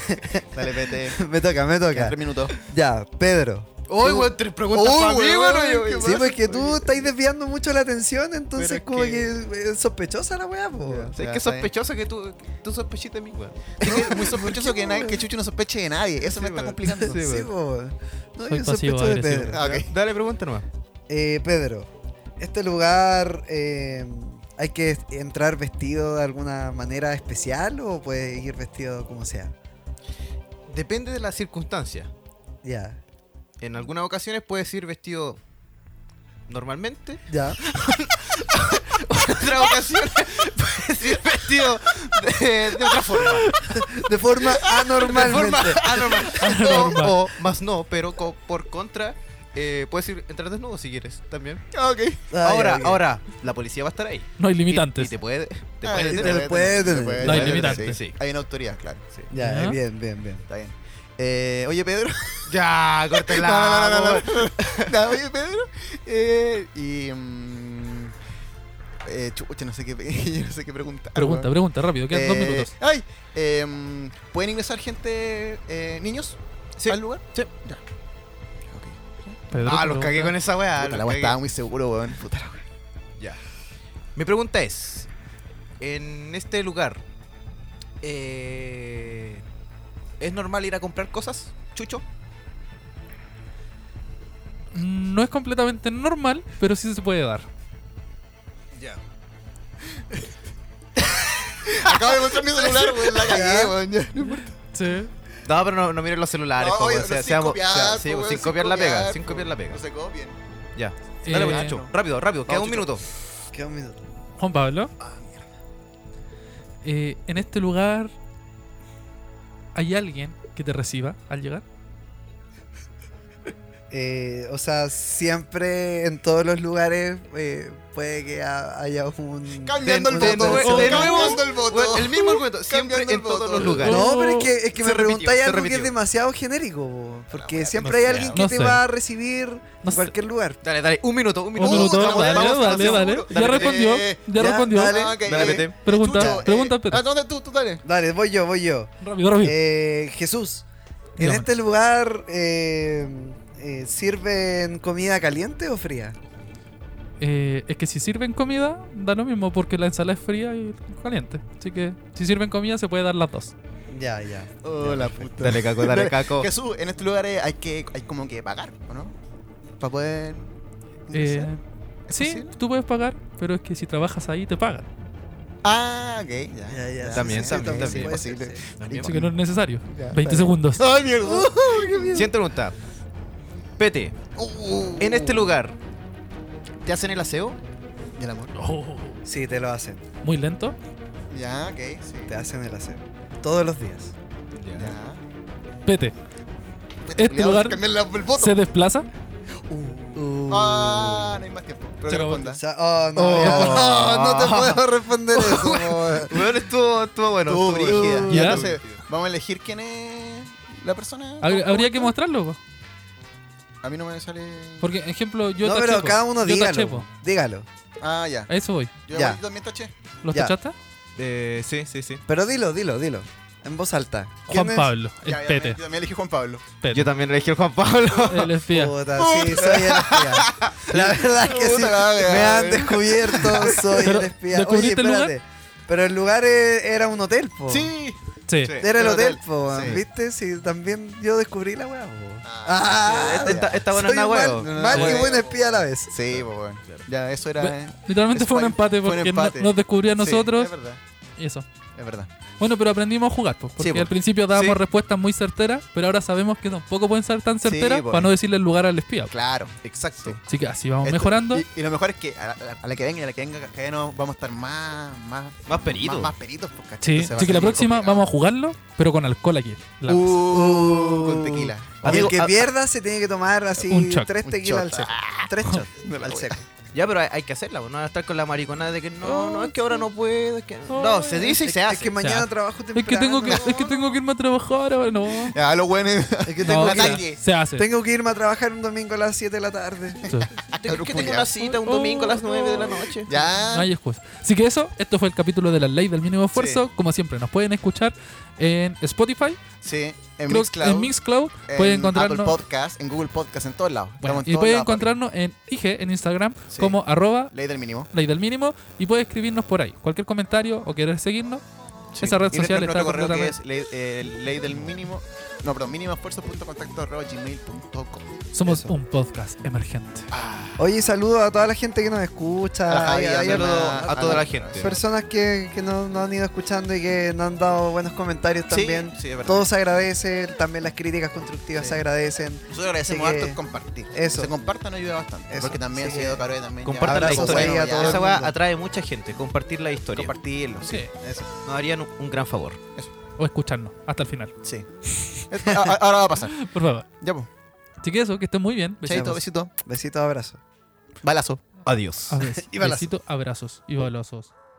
Dale, vete. me toca, me toca. Quedan tres minutos. Ya, Pedro. ¡Uy, Tú- weón! Tres preguntas para mí, weón. pues, ¿Qué Sí, pasa? porque tú estás desviando mucho la atención, Pero entonces es como que- que... es sospechosa la weá, po. Ya. O sea, es que Ya, es está bien. sospechoso que tú, tú sospeches de mí, weón. Es que es muy sospechoso que, nadie, que Chucho no sospeche de nadie. Eso me está weón. complicando. Sí, po. No, Soy yo sospecho de pasivo-agresivo. Pedro. Ah, ok. Dale, pregunta nomás. Eh, Pedro, este lugar eh, hay que entrar vestido de alguna manera especial o puede ir vestido como sea. Depende de las circunstancias. Ya, En algunas ocasiones puedes ir vestido normalmente. ya. En otras ocasiones puedes ir vestido de- de otra forma. De forma de anormalmente. forma anormal. Anormal. O, o más no, pero co- por contra, eh, puedes ir entrar desnudo si quieres también. Ok. Ah, ahora, ya, ok. ahora, la policía va a estar ahí. no hay Y- limitantes. Y, te puede, te Ah, puede sí, detener. te puede te detener. puede No hay detener, limitante. sí. Hay una autoridad, claro. Sí. Ya, Ya. eh, bien, bien, bien. Está bien. Eh, oye, Pedro. Ya, córtela. No, no, no, no, no. No, oye, Pedro. eh, y. mm, eh, chucha, no sé qué, yo no sé qué pregunta. Pregunta, pregunta, rápido, quedan Eh, dos minutos. Ay, em, ¿pueden ingresar gente, eh, niños, al lugar? Sí. Ya. Ok. Pedro, Ah, los pregunta. cagué con esa weá. Puta, los la weá cagué. estaba muy seguro, weón. Puta la weá. Ya. Mi pregunta es: En este lugar, eh, ¿es normal ir a comprar cosas, Chucho? No es completamente normal, pero sí se puede dar. Ya. Acabo de encontrar mi celular, weón. La cagué, weón. Ya, no importa. Sí. No, pero no, no miren los celulares, No, po, oye, weón. O sea, pero sin seamos- copiar, sea- sí, po, sin weón, sin copiar la pega, copiar, sin po. copiar la pega. No se copien. Ya. Dale, pues, Eh, Nacho. Rápido, rápido. Queda un minuto. Queda un minuto. Juan Pablo. Ah, Eh, en este lugar hay alguien que te reciba al llegar. Eh, o sea, siempre en todos los lugares eh, puede que ha- haya un... Cambiando el un- voto. eh, un- nuevo, weón, de nuevo. Cambiando el voto. Weón, el mismo argumento, siempre en Cambiando el voto. todos los lugares. No, pero es que, es que Se me repitió, preguntáis se algo que es repitió. demasiado genérico, po, porque wea, siempre no hay sé, alguien que no te sé. va a recibir No en sé. cualquier lugar. Dale, dale, un minuto, un Un minuto. minuto, vamos, dale, vamos, vamos, dale, dale. seguro. Ya Dale, respondió, eh, ya, ya, respondió. dale. Ah, ok, Dale, eh, vete. Pregunta, Chucho, eh, pregunta, Pedro. ah, ¿Dónde tú, tú dale? Dale, voy yo, voy yo. Rápido, rápido. Eh, Jesús, ¿en Dígame. este lugar eh, eh, sirven comida caliente o fría? Eh, es que si sirven comida, da lo mismo porque la ensalada es fría y caliente. Así que si sirven comida, se puede dar las dos. Ya, ya. Oh, la puta. Dale, caco, dale, caco. Jesús, en este lugar eh, hay que hay como que pagar, ¿o no? Para poder ingresar. Eh, ¿Es sí, posible? tú puedes pagar, pero es que si trabajas ahí, te pagan. Ah, ok, ya. Ya, ya, sí, También, sí, también, sí, también. puede ser, Posible. sí. Así que no es necesario. Ya, 20 segundos. Ay, mierda. Siguiente pregunta. Pete, Uh, en este lugar, ¿te hacen el aseo? y el amor. Oh, Sí, te lo hacen. muy lento. Ya, ok, sí. Te hacen el aseo. Todos los días. ¿Ah? Ya. Este Vete. Cuidado, Este lugar cambiar la- el voto. ¿Se desplaza? Uh, Ah, no hay más tiempo. Pero Se que acabó. responda. O sea, oh, no, Oh. no, no te puedo responder eso. weón. Weón, estuvo, estuvo bueno, estuvo Estuvo brígida. bueno. Ya, Ya. Entonces, vamos a elegir quién es la persona. Habría habría que mostrarlo, po. A mí no me sale. Porque, ejemplo, yo no, taché, pero po. cada uno yo dígalo. taché, po. Dígalo. Ah, ya. A eso voy. Yo Ya. igual también taché. ¿Los Ya. tachaste? Eh, sí, sí, sí. Pero dilo, dilo, dilo. En voz alta. Juan es? Pablo, el Ya, ya, pete. Yo también elegí Juan Pablo. pete. Yo también elegí a Juan Pablo. El espía. Puta, sí, soy el espía. La verdad es que sí. Puta la wea, Me han weón. descubierto, soy Pero, el espía. Oye, ¿descubriste el lugar? espérate. Pero el lugar eh, era un hotel, po. Sí. Sí. Sí. Era el hotel, po, Sí. weón. ¿viste? Sí, también yo descubrí la weá, po. Ah, Ah, este está- Esta buena soy una un huevo. mal- No, no, mal y huevo. buen espía a la vez. Sí, pues bueno. Ya, eso Ve- era. eh. Literalmente fue un Fue- empate fue un porque empate. no- nos descubrió a Sí, nosotros. es verdad, y eso. es verdad. Bueno, pero aprendimos a jugar, po, porque po. al principio dábamos Sí. respuestas muy certeras, pero ahora sabemos que tampoco pueden ser tan certeras po. para no decirle el lugar al espía. po. Claro, exacto. Así que así vamos Esto- mejorando. Y, y lo mejor es que a la, a la que venga y a la que venga, cada vez nos vamos a estar más. Más, Más peritos. Más, más peritos, pues, ¿cachai? Sí, Entonces va a así que ser la muy próxima complicado. vamos a jugarlo, pero con alcohol aquí. La mesa. Uh, con tequila. Y el Amigo, que ah- pierda se tiene que tomar así Un shot, tres un tequilas al shot. Ah. seco. Tres shots al seco. ah, Ya, pero hay, hay que hacerla, pues, no van a estar con la mariconada de que no, no, es que ahora no puedo, es que no. No, se dice y Es, se es hace. que mañana Ya. trabajo temprano. es que tengo que, es que tengo que irme a trabajar ahora, no. Ya, los buenos. Es que No, tengo, la se- calle. que, se hace. tengo que irme a trabajar un domingo a las 7 de la tarde. Sí, Tengo- es que tengo Culeado. una cita un domingo a las 9 Oh. de la noche. Ya. No hay excusa. Así que eso, esto fue el capítulo de la ley del mínimo esfuerzo. Como siempre, nos pueden escuchar en Spotify, Sí, en creo- Mixcloud. en Mixcloud, pueden Apple encontrarnos Podcast, en Google Podcast, en todos lados. Bueno, Estamos en y todos pueden lados, papi. encontrarnos en IG, en Instagram, Sí. como arroba Ley del mínimo. ley del mínimo, y puede escribirnos por ahí. Cualquier comentario o querer seguirnos, esa red Y social nuestro está correo que completamente... es ley, eh, ley del mínimo. No, perdón, mínimoesfuerzo.contacto.gmail.com. Somos un podcast emergente. Oye, saludo a toda la gente que nos Ah, A la escucha. Javi, Hay- hay a la- otro- a toda la gente. personas que, que no, no han ido escuchando y que nos han dado buenos comentarios también. Sí, sí, es verdad. Todo se agradece, también las críticas constructivas Sí. se agradecen. Nosotros agradecemos Así que- harto el compartir. eso. Se compartan ayuda bastante. Eso. Porque también Así se ha que- ido Caroe también. ya. Compartan la Abrazo historia. bueno, ya. todo Esa weá mundo. atrae mucha gente, compartir la historia. Compartirlo. Sí. Sí, Eso. Nos harían un, un gran favor. o escucharnos hasta el final, Sí. Esto- a- a- ahora va a pasar. por favor. Ya, pues. Así que eso, que estén muy bien. Chaito, Besitos. besito. Besitos, abrazos. Balazo. Adiós. Abrazos. Y balazos. Besito, abrazos y balazos.